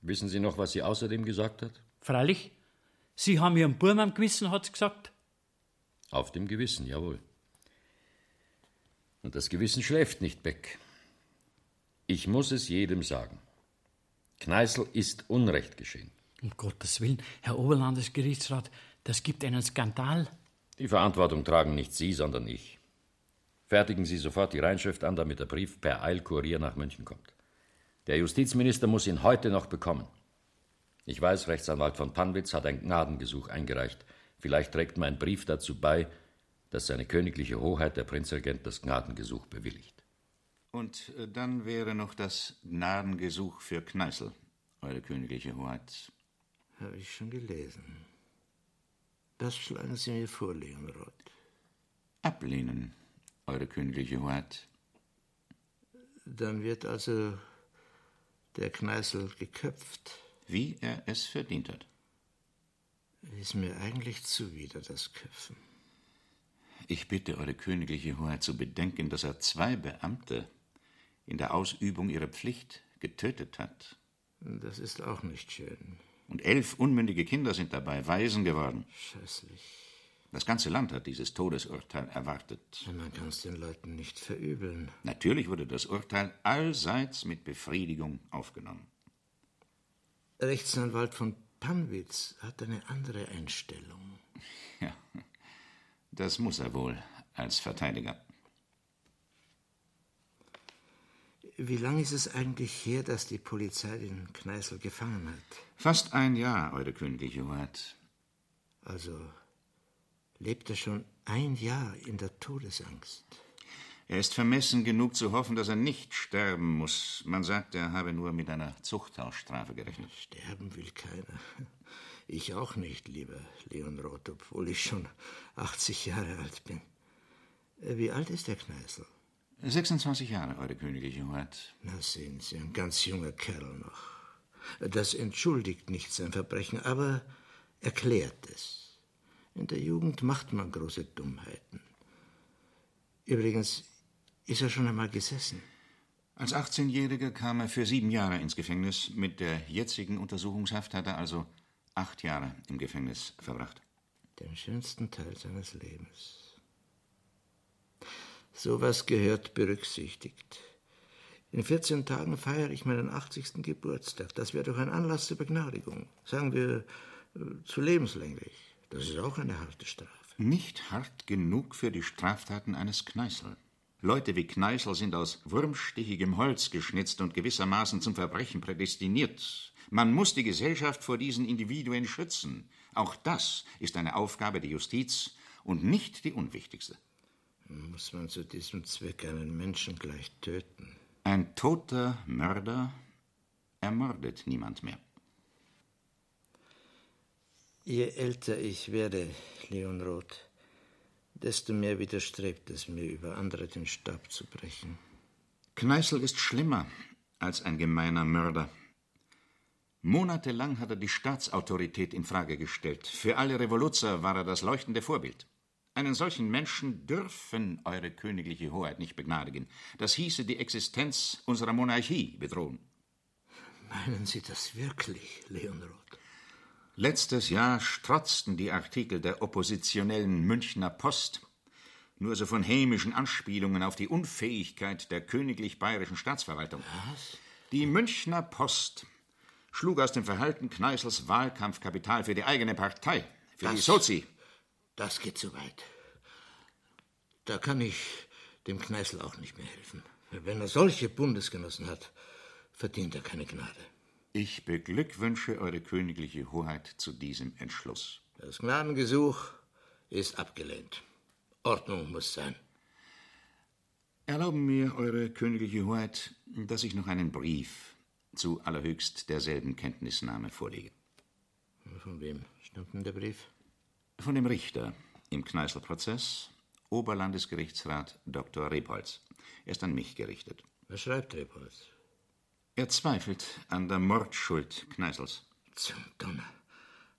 Wissen Sie noch, was sie außerdem gesagt hat?
Freilich, Sie haben ihren Burm am Gewissen, hat's gesagt.
Auf dem Gewissen, jawohl. Und das Gewissen schläft nicht, Beck. Ich muss es jedem sagen. Kneißl ist Unrecht geschehen.
Um Gottes Willen, Herr Oberlandesgerichtsrat, das gibt einen Skandal.
Die Verantwortung tragen nicht Sie, sondern ich. Fertigen Sie sofort die Reinschrift an, damit der Brief per Eilkurier nach München kommt. Der Justizminister muss ihn heute noch bekommen. Ich weiß, Rechtsanwalt von Panwitz hat ein Gnadengesuch eingereicht. Vielleicht trägt mein Brief dazu bei, dass seine königliche Hoheit, der Prinzregent, das Gnadengesuch bewilligt.
Und äh, dann wäre noch das Gnadengesuch für Kneißl, Eure Königliche Hoheit.
Habe ich schon gelesen. Das schlagen Sie mir vor, Leonrod.
Ablehnen, Eure Königliche Hoheit.
Dann wird also der Kneißl geköpft.
Wie er es verdient hat.
Ist mir eigentlich zuwider, das Köpfen.
Ich bitte Eure Königliche Hoheit zu bedenken, dass er zwei Beamte in der Ausübung ihrer Pflicht getötet hat.
Das ist auch nicht schön.
Und elf unmündige Kinder sind dabei Waisen geworden.
Scheußlich.
Das ganze Land hat dieses Todesurteil erwartet.
Man kann es den Leuten nicht verübeln.
Natürlich wurde das Urteil allseits mit Befriedigung aufgenommen.
Rechtsanwalt von Panwitz hat eine andere Einstellung.
Ja, das muss er wohl als Verteidiger.
Wie lange ist es eigentlich her, dass die Polizei den Kneißl gefangen hat?
Fast ein Jahr, Eure Königliche Hoheit.
Also lebt er schon ein Jahr in der Todesangst.
Er ist vermessen genug zu hoffen, dass er nicht sterben muss. Man sagt, er habe nur mit einer Zuchthausstrafe gerechnet.
Sterben will keiner. Ich auch nicht, lieber Leon Roth, obwohl ich schon 80 Jahre alt bin. Äh, Wie alt ist der Kneißl?
26 Jahre, Eure Königliche Hoheit.
Na, sehen Sie, ein ganz junger Kerl noch. Das entschuldigt nicht sein Verbrechen, aber erklärt es. In der Jugend macht man große Dummheiten. Übrigens, ist er schon einmal gesessen?
Als 18-Jähriger kam er für sieben Jahre ins Gefängnis. Mit der jetzigen Untersuchungshaft hat er also acht Jahre im Gefängnis verbracht.
Den schönsten Teil seines Lebens. Sowas gehört berücksichtigt. In 14 Tagen feiere ich meinen 80. Geburtstag. Das wäre doch ein Anlass zur Begnadigung. Sagen wir äh, zu lebenslänglich. Das ist auch eine harte Strafe.
Nicht hart genug für die Straftaten eines Kneißl. Leute wie Kneißl sind aus wurmstichigem Holz geschnitzt und gewissermaßen zum Verbrechen prädestiniert. Man muss die Gesellschaft vor diesen Individuen schützen. Auch das ist eine Aufgabe der Justiz und nicht die unwichtigste.
Muss man zu diesem Zweck einen Menschen gleich töten?
Ein toter Mörder ermordet niemand mehr.
Je älter ich werde, Leon Roth, desto mehr widerstrebt es mir, über andere den Stab zu brechen.
Kneißl ist schlimmer als ein gemeiner Mörder. Monatelang hat er die Staatsautorität in Frage gestellt. Für alle Revoluzzer war er das leuchtende Vorbild. Einen solchen Menschen dürfen eure königliche Hoheit nicht begnadigen. Das hieße die Existenz unserer Monarchie bedrohen.
Meinen Sie das wirklich, Leonrod?
Letztes Jahr strotzten die Artikel der oppositionellen Münchner Post nur so von hämischen Anspielungen auf die Unfähigkeit der königlich bayerischen Staatsverwaltung. Was? Die Münchner Post schlug aus dem Verhalten Kneißls Wahlkampfkapital für die eigene Partei, für die
Das-
Sozi.
Das geht zu weit. Da kann ich dem Kneißl auch nicht mehr helfen. Wenn er solche Bundesgenossen hat, verdient er keine Gnade.
Ich beglückwünsche eure königliche Hoheit zu diesem Entschluss.
Das Gnadengesuch ist abgelehnt. Ordnung muss sein.
Erlauben mir, Eure Königliche Hoheit, dass ich noch einen Brief zu allerhöchst derselben Kenntnisnahme vorlege.
Von wem stammt denn der Brief?
Von dem Richter im Kneißl-Prozess, Oberlandesgerichtsrat Dr. Rebholz. Er ist an mich gerichtet.
Was schreibt Rebholz?
Er zweifelt an der Mordschuld Kneißls.
Zum Donner.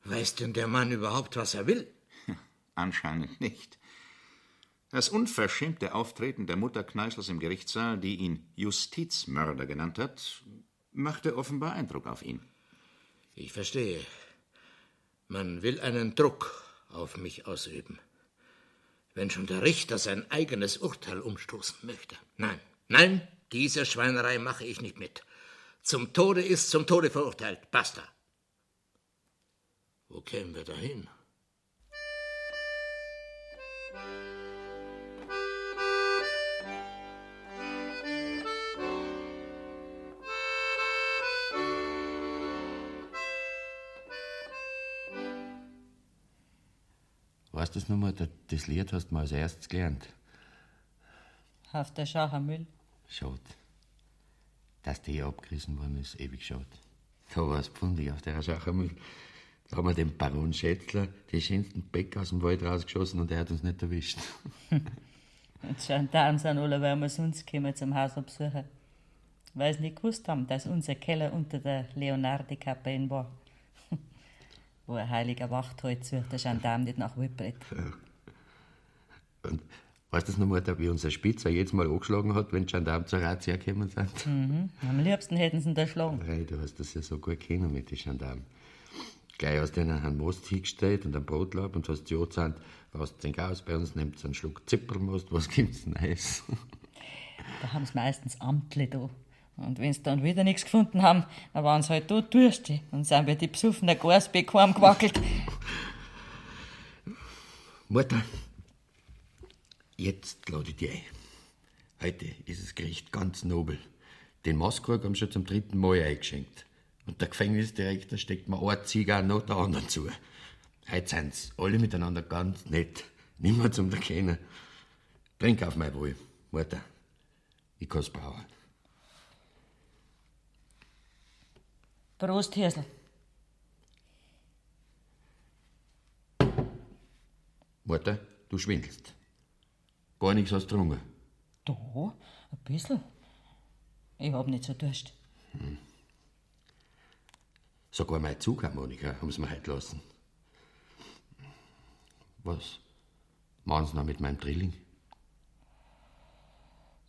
Weiß denn der Mann überhaupt, was er will?
Anscheinend nicht. Das unverschämte Auftreten der Mutter Kneißls im Gerichtssaal, die ihn Justizmörder genannt hat, machte offenbar Eindruck auf ihn.
Ich verstehe. Man will einen Druck auf mich ausüben. Wenn schon der Richter sein eigenes Urteil umstoßen möchte. Nein, nein, diese Schweinerei mache ich nicht mit. Zum Tode ist zum Tode verurteilt. Basta. Wo kämen wir dahin?
Weißt du das nochmal? Da- Das Lied hast du mal als erstes gelernt.
Auf der Schachermüll.
Schade. Dass die abgerissen worden ist, ewig schade. Da war es pfundig auf der Sache. Da haben wir dem Baron Schätzler den schönsten Beck aus dem Wald rausgeschossen und er hat uns nicht erwischt.
Und die Gendarmen sind alle, weil wir sonst kommen zum Hausabsuchen. Weil sie nicht gewusst haben, dass unser Keller unter der Leonardi-Kappe in war. Wo ein heiliger Wacht halt sucht, der Gendarm nicht nach Wippert.
Weißt du das nochmal, da wie unser Spitzer jedes Mal angeschlagen hat, wenn die Gendarmen zur Razzia gekommen sind?
Mhm. Am liebsten hätten sie ihn erschlagen.
Hey, du hast das ja so gut kennen mit den Gendarmen. Gleich hast du ihnen einen Most hingestellt und einen Brotlaub und hast die angezahnt, raus den Gas bei uns, nehmt einen Schluck Zippermost, was gibt's Neues?
Da haben sie meistens Amtle da. Und wenn sie dann wieder nichts gefunden haben, dann waren sie halt da durstig und sind wir die besoffenen Gasbeck heimgewackelt.
Mutter, jetzt lade ich dich ein. Heute ist das Gericht ganz nobel. Den Maskrug haben sie schon zum dritten Mal eingeschenkt. Und der Gefängnisdirektor steckt mir ein Zieger nach der anderen zu. Heute sind sie alle miteinander ganz nett. Nimmer zum Erkennen. Trink auf mein Wohl, Mutter. Ich kann's brauchen.
Prost, Hirsel.
Mutter, du schwindelst. Gar nichts hast du getrunken.
Da, ein bisschen. Ich hab nicht so Durst.
Sogar meine Zugharmonika haben sie mir heute lassen. Was? Machen sie noch mit meinem Drilling?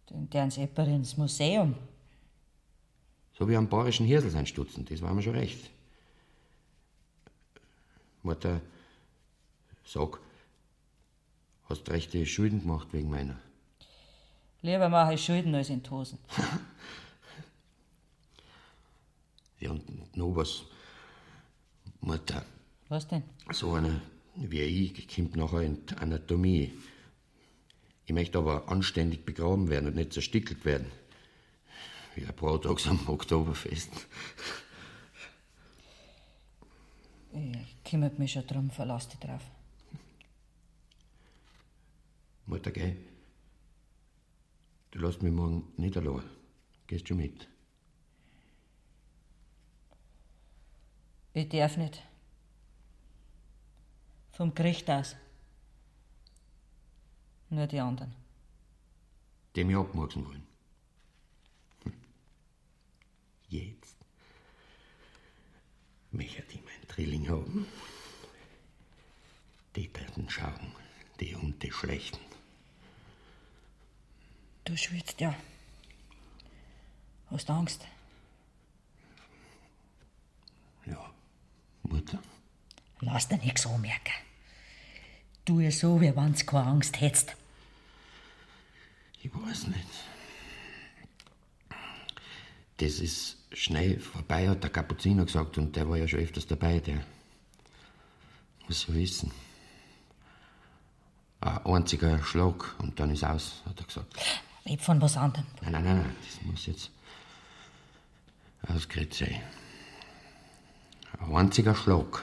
Dann deren sie etwa ins Museum.
So wie am bayerischen Hirsel sein Stutzen, das war mir schon recht. Mutter, sag, hast du rechte Schulden gemacht wegen meiner?
Lieber mache ich Schulden als in die Hosen.
Ja, und noch was. Mutter,
Was denn?
so einer wie ich kommt nachher in die Anatomie. Ich möchte aber anständig begraben werden und nicht zerstückelt werden. Wie ein Brautox am Oktoberfest.
Ich kümmert mich schon drum, verlass dich drauf.
Mutter, gell? Du lässt mich morgen nicht allein. Gehst schon mit?
Ich darf nicht. Vom Gericht aus. Nur die anderen.
dem ich abmurksen wollen. Hm. Jetzt. Mich hat immer ein Drilling haben. Die werden schauen, die und die Schlechten.
Du schwitzt ja. Hast Angst?
Ja, Mutter.
Lass dir nichts anmerken. Tu ja so, wie wenn's keine Angst hättest.
Ich weiß nicht. Das ist schnell vorbei, hat der Kapuziner gesagt, und der war ja schon öfters dabei, der muss ja wissen. Ein einziger Schlag und dann ist aus, hat er gesagt.
Red von was anderem.
Nein, nein, nein, nein, das muss jetzt ausgeredet sein. Ein einziger Schlag.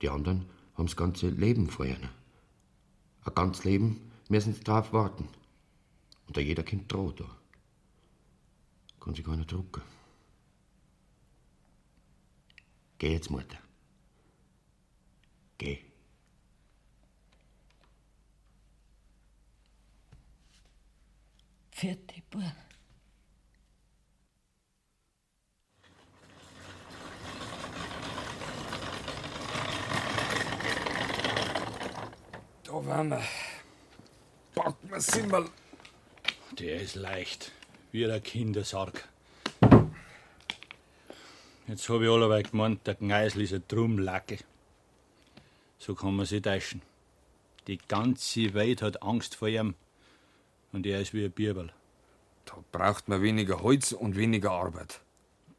Die anderen haben das ganze Leben vor ihnen. Ein ganzes Leben müssen sie drauf warten. Und da jeder Kind droht da. Kann sich keiner drucken. Geh jetzt, Mutter. Geh.
Vierte Bub.
Da waren wir. Packen wir Simmel.
Der ist leicht, wie der Kindersarg. Jetzt habe ich allerweil gemeint, der Gneisel ist ein Drumlacke. So kann man sich täuschen. Die ganze Welt hat Angst vor ihm und er ist wie ein Bierbel.
Da braucht man weniger Holz und weniger Arbeit.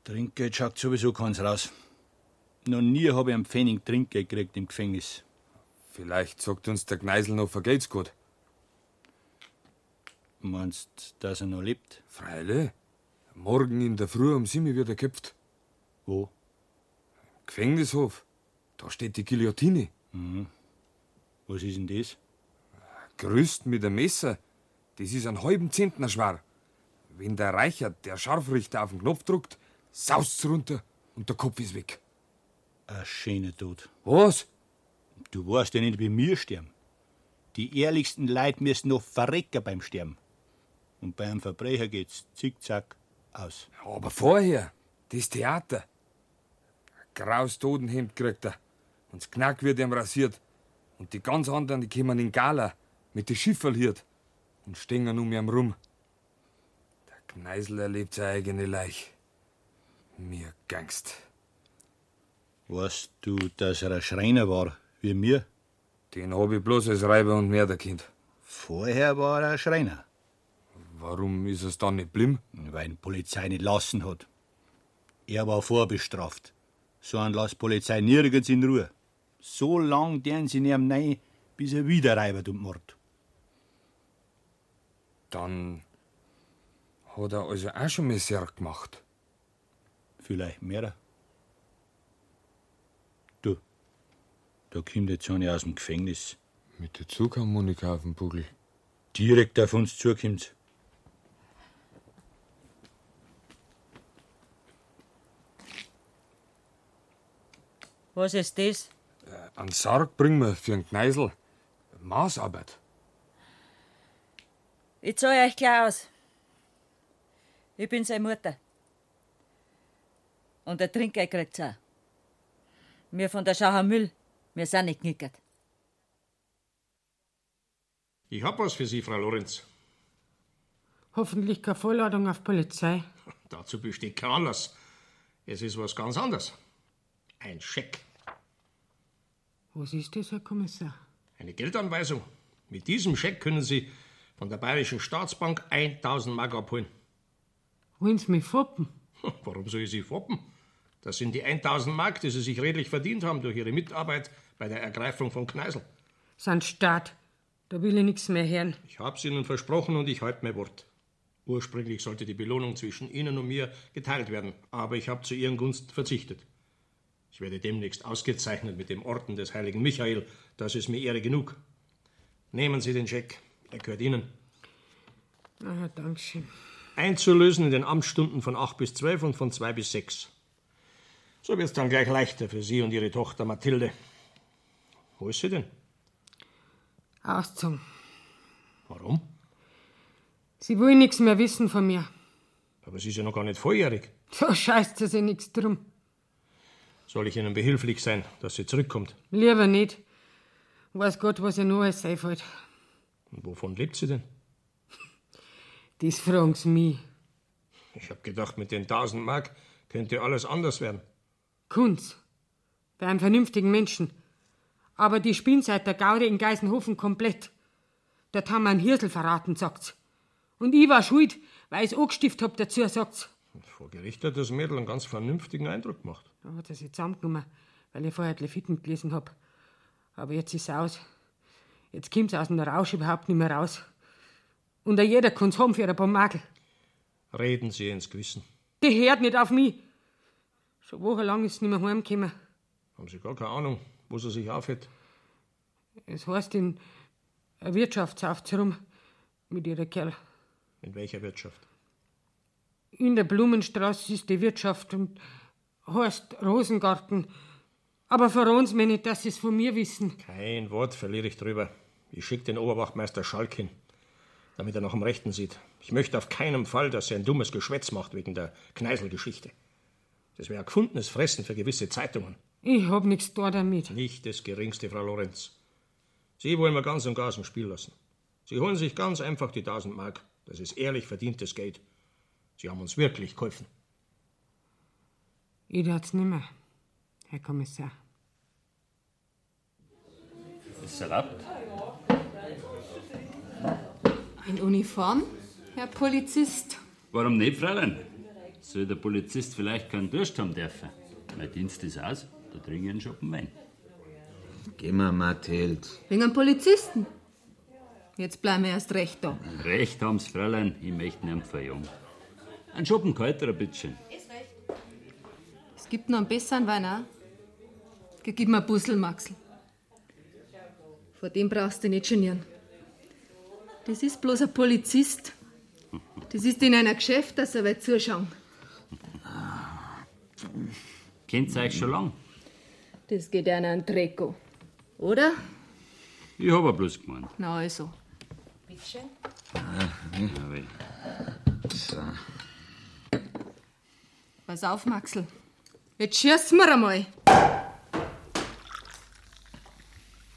Trinkgeld schaut sowieso keins raus. Noch nie habe ich einen Pfennig Trinkgeld gekriegt im Gefängnis.
Vielleicht sagt uns der Gneisel noch, vergeht's gut.
Meinst dass er noch lebt?
Freile. Morgen in der Früh um sieben wird er geköpft.
Wo?
Im Gefängnishof. Da steht die Guillotine.
Mhm. Was ist denn das?
Gerüst mit einem Messer. Das ist einen halben Zentner schwer. Wenn der Reichert, der Scharfrichter, auf den Knopf drückt, saust's runter und der Kopf ist weg.
Ein schöner Tod.
Was?
Du weißt ja nicht, wie wir sterben. Die ehrlichsten Leute müssen noch verrecken beim Sterben. Und bei einem Verbrecher geht's zickzack aus.
Aber vorher, das Theater. Ein graues Totenhemd kriegt er. Und das Knack wird ihm rasiert. Und die ganz anderen, die kommen in Gala, mit den Schifferl hier und stehen um ihm rum. Der Gneisel erlebt seine eigene Leich. Mir Gangst.
Weißt du, dass er ein Schreiner war, wie mir?
Den hab ich bloß als Reiber und Mörderkind.
Vorher war er ein Schreiner.
Warum ist es dann nicht blim?
Weil die Polizei nicht lassen hat. Er war vorbestraft. So einen lässt die Polizei nirgends in Ruhe. So lang deren sie in ihm rein, bis er wieder reibert und mord.
Dann hat er also auch schon Messer gemacht.
Vielleicht mehr. Du, da kommt jetzt einer aus dem Gefängnis.
Mit der Zugharmonika auf dem Buckel.
Direkt auf uns zukommt.
Was ist das?
An Sarg bringen wir für den Gneisel. Maßarbeit.
Ich zahle euch gleich aus. Ich bin seine Mutter. Und der Trinkgeld kriegt's auch. Wir von der Schachermüll, wir sind nicht knickert.
Ich hab was für Sie, Frau Lorenz.
Hoffentlich keine Vorladung auf Polizei.
Dazu besteht kein Anlass. Es ist was ganz anderes. Ein Scheck.
Was ist das, Herr Kommissar?
Eine Geldanweisung. Mit diesem Scheck können Sie von der Bayerischen Staatsbank 1000 Mark abholen. Hm,
Wollen Sie mich foppen?
Warum soll ich Sie foppen? Das sind die 1000 Mark, die Sie sich redlich verdient haben durch Ihre Mitarbeit bei der Ergreifung von Kneisel.
Sein Staat. Da will ich nichts mehr hören.
Ich hab's Ihnen versprochen und ich halte mein Wort. Ursprünglich sollte die Belohnung zwischen Ihnen und mir geteilt werden, aber ich habe zu Ihren Gunsten verzichtet. Ich werde demnächst ausgezeichnet mit dem Orden des heiligen Michael. Das ist mir Ehre genug. Nehmen Sie den Scheck. Er gehört Ihnen.
Ah, Dankeschön.
Einzulösen in den Amtsstunden von 8 bis 12 und von 2 bis 6. So wird's dann gleich leichter für Sie und Ihre Tochter Mathilde. Wo ist sie denn?
Auszug.
Warum?
Sie wollen nichts mehr wissen von mir.
Aber sie ist ja noch gar nicht volljährig.
Da scheißt sie sich nichts drum.
Soll ich Ihnen behilflich sein, dass sie zurückkommt?
Lieber nicht. Weiß Gott, was ihr noch alles einfällt.
Und wovon lebt sie denn?
Das fragen sie mich.
Ich habe gedacht, mit den 1000 Mark könnte alles anders werden.
Kunz. Bei einem vernünftigen Menschen. Aber die spinnt seit der Gaude in Geisenhofen komplett. Dort haben wir einen Hirsel verraten, sagt's. Und ich war schuld, weil ich's angestiftet hab dazu, sagt's.
Vor Gericht hat das Mädel einen ganz vernünftigen Eindruck gemacht.
Da hat er sie zusammengenommen, weil ich vorher die Lefiten gelesen hab. Aber jetzt ist aus. Jetzt kommt's aus dem Rausch überhaupt nicht mehr raus. Und auch jeder kann's haben für ein paar Makel.
Reden Sie ins Gewissen.
Die hört nicht auf mich. Schon wochenlang ist sie nicht mehr heimgekommen.
Haben Sie gar keine Ahnung, wo sie sich aufhält?
Es heißt in einer Wirtschaftshaft rum mit ihrer Kerl.
In welcher Wirtschaft?
In der Blumenstraße ist die Wirtschaft und heißt Rosengarten. Aber verraten mir nicht, dass sie es von mir wissen.
Kein Wort verliere ich drüber. Ich schicke den Oberwachtmeister Schalk hin, damit er noch am Rechten sieht. Ich möchte auf keinen Fall, dass er ein dummes Geschwätz macht wegen der Kneiselgeschichte. Das wäre ein gefundenes Fressen für gewisse Zeitungen.
Ich hab nichts da damit.
Nicht das geringste, Frau Lorenz. Sie wollen wir ganz und gar im Spiel lassen. Sie holen sich ganz einfach die 1000 Mark. Das ist ehrlich verdientes Geld. Sie haben uns wirklich geholfen.
Ich tat's nimmer, Herr Kommissar.
Ist erlaubt?
In Uniform, Herr Polizist?
Warum nicht, Fräulein? Soll der Polizist vielleicht keinen Durst haben dürfen? Mein Dienst ist aus, da trinke ich einen Schoppen Wein.
Geh mal, Mathild.
Wegen einem Polizisten? Jetzt bleiben wir erst recht da.
Recht haben's, Fräulein, ich möchte nicht verjüngen. Ein Schoppen kalter, bitteschön.
Es gibt noch einen besseren Wein auch. Geh, Gib mir ein Bussel, Maxl. Vor dem brauchst du dich nicht genieren. Das ist bloß ein Polizist. Das ist in einer Geschäft, dass er weit zuschauen.
Kennt ihr euch schon lang?
Das geht einer an Treko. Oder?
Ich hab ja bloß gemeint.
Na also.
Bitteschön.
Ja, weh.
Pass auf, Maxl. Jetzt schießen wir einmal.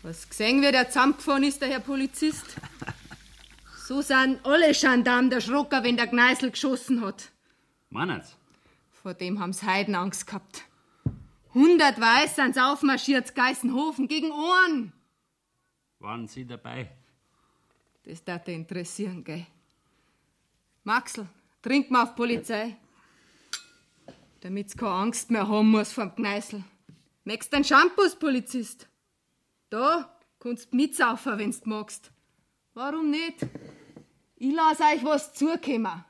Was gesehen wird, der zusammengefahren ist, der Herr Polizist. So sind alle Gendarmen der Schrocker, wenn der Gneisel geschossen hat.
Meinet's?
Vor dem haben's Heiden Angst gehabt. Hundert Weiß sind's aufmarschiert, zu Geißenhofen gegen Ohren.
Waren Sie dabei?
Das darf interessieren, gell? Maxl, trink mal auf Polizei. Damit's keine Angst mehr haben muss vom Gneisel. Möchtest einen Shampoos, Polizist? Da kannst du mitsaufen, wenn's du magst. Warum nicht? Ich lass euch was zukommen.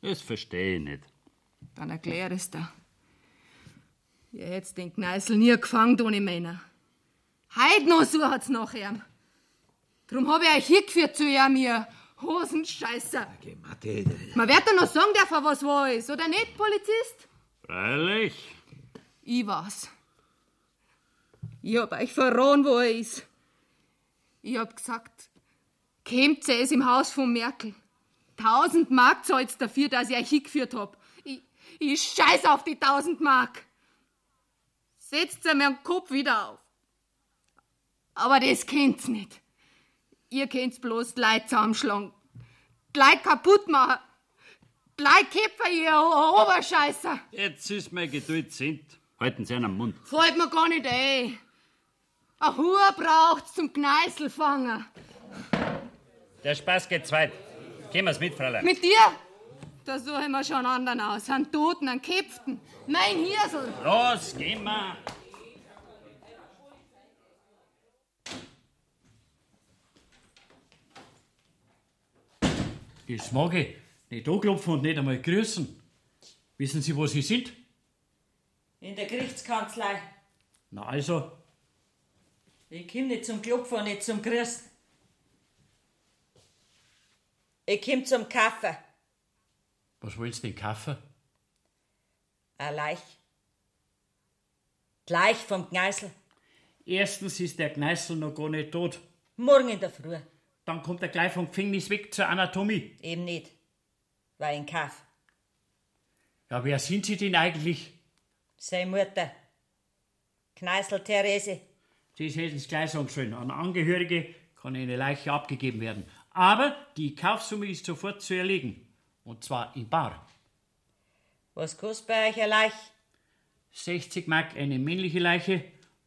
Das verstehe ich nicht.
Dann erklär es dir. Ihr hättet den Gneisel nie gefangen ohne Männer. Heut noch so hat's nach ihm. Drum hab ich euch hingeführt zu ihm, ihr Hosenscheißer.
Mathilde.
Man wird doch noch sagen dürfen, was war ist, oder nicht, Polizist?
Freilich.
Ich war's. Ich hab euch verraten, wo er ist. Ich hab gesagt, kämt es im Haus von Merkel. Tausend Mark zahlt's dafür, dass ich euch hingeführt hab. Ich, ich scheiß auf die tausend Mark. Setzt mir den Kopf wieder auf. Aber das kennt's nicht. Ihr kennt's bloß die Leute zusammenschlagen. Die Leute kaputt machen. Die Leute Köpfe, ihr O- Oberscheißer.
Jetzt ist meine Geduld sind. Halten Sie einen Mund.
Fällt mir gar nicht ein. Ein Hur braucht's zum Gneißel fangen.
Der Spaß geht zu weit. Gehen wir's mit, Fräulein.
Mit dir? Da suche ich mir schon einen anderen aus. Einen Toten, einen Käpften. Mein Hirsel.
Los, gehen wir.
Das mag ich. Nicht anklopfen und nicht einmal grüßen. Wissen Sie, wo Sie sind?
In der Gerichtskanzlei.
Na also,
Ich komm nicht zum Klopfen und nicht zum Grüßen. Ich komm zum Kaffee.
was wollen Sie denn kaufen?
Ein Leich. Gleich vom Gneisel.
Erstens ist der Gneißel noch gar nicht tot.
Morgen in der Früh.
Dann kommt er gleich vom Gefängnis weg zur Anatomie.
Eben nicht. War in Kaff.
Ja, wer sind Sie denn eigentlich?
Sei Mutter. Kneißl Therese.
Das hätten Sie gleich sagen sollen. An Angehörige kann eine Leiche abgegeben werden. Aber die Kaufsumme ist sofort zu erlegen. Und zwar in bar.
Was kostet bei euch eine Leiche?
60 Mark eine männliche Leiche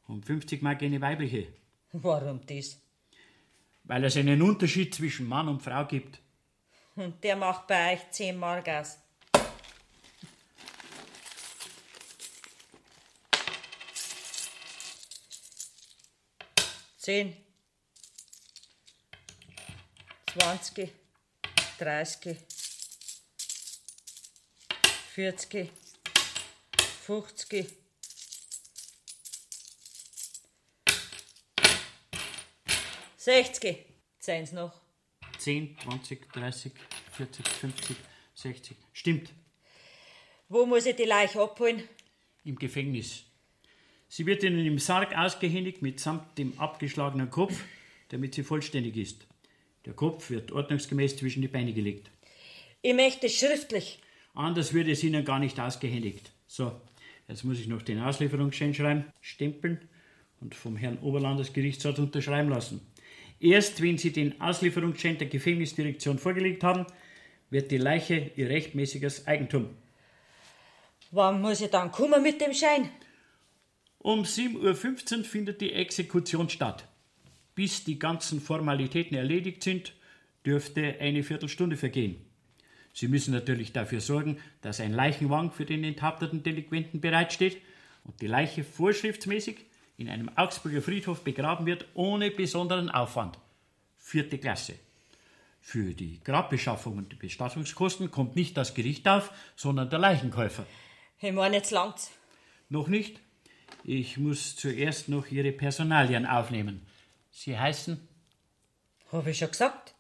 und 50 Mark eine weibliche.
Warum das?
Weil es einen Unterschied zwischen Mann und Frau gibt.
Und der macht bei euch 10 Mark aus. Zehn, zwanzig, dreißig, vierzig, fünfzig, sechzig. Seien's noch.
10, 20, 30, 40, 50, 60. Stimmt,
Wo muss ich die Leiche abholen?
im Gefängnis. Sie wird Ihnen im Sarg ausgehändigt mitsamt dem abgeschlagenen Kopf, damit sie vollständig ist. Der Kopf wird ordnungsgemäß zwischen die Beine gelegt.
Ich möchte schriftlich.
Anders würde es Ihnen gar nicht ausgehändigt. So, jetzt muss ich noch den Auslieferungsschein schreiben, stempeln und vom Herrn Oberlandesgerichtsrat unterschreiben lassen. Erst wenn Sie den Auslieferungsschein der Gefängnisdirektion vorgelegt haben, wird die Leiche Ihr rechtmäßiges Eigentum.
Wann muss ich dann kommen mit dem Schein?
Um 7.15 Uhr findet die Exekution statt. Bis die ganzen Formalitäten erledigt sind, dürfte eine Viertelstunde vergehen. Sie müssen natürlich dafür sorgen, dass ein Leichenwagen für den enthaupteten Delinquenten bereitsteht und die Leiche vorschriftsmäßig in einem Augsburger Friedhof begraben wird, ohne besonderen Aufwand. Vierte Klasse. Für die Grabbeschaffung und die Bestattungskosten kommt nicht das Gericht auf, sondern der Leichenkäufer.
Ich meine, jetzt langt's.
Noch nicht? Ich muss zuerst noch Ihre Personalien aufnehmen. Sie heißen?
Habe ich schon gesagt.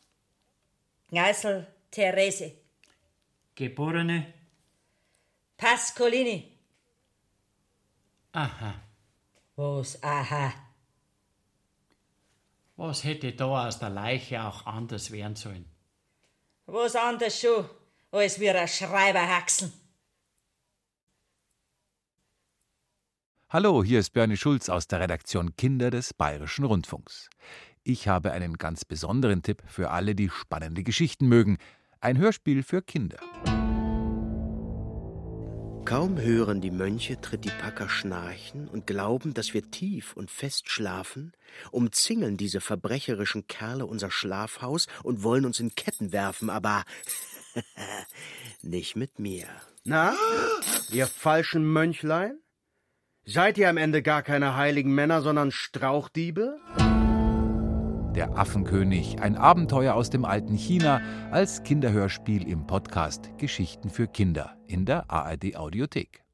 Geißel Therese.
Geborene.
Pascolini.
Aha.
Was? Aha.
Was hätte da aus der Leiche auch anders werden sollen?
Was anders schon, als wir ein Schreiberhaxen.
Hallo, hier ist Bernie Schulz aus der Redaktion Kinder des Bayerischen Rundfunks. Ich habe einen ganz besonderen Tipp für alle, die spannende Geschichten mögen. Ein Hörspiel für Kinder.
Kaum hören die Mönche tritt die Packer schnarchen und glauben, dass wir tief und fest schlafen, umzingeln diese verbrecherischen Kerle unser Schlafhaus und wollen uns in Ketten werfen, aber nicht mit mir.
Na, ihr falschen Mönchlein? Seid ihr am Ende gar keine heiligen Männer, sondern Strauchdiebe?
Der Affenkönig, ein Abenteuer aus dem alten China, als Kinderhörspiel im Podcast Geschichten für Kinder in der ARD Audiothek.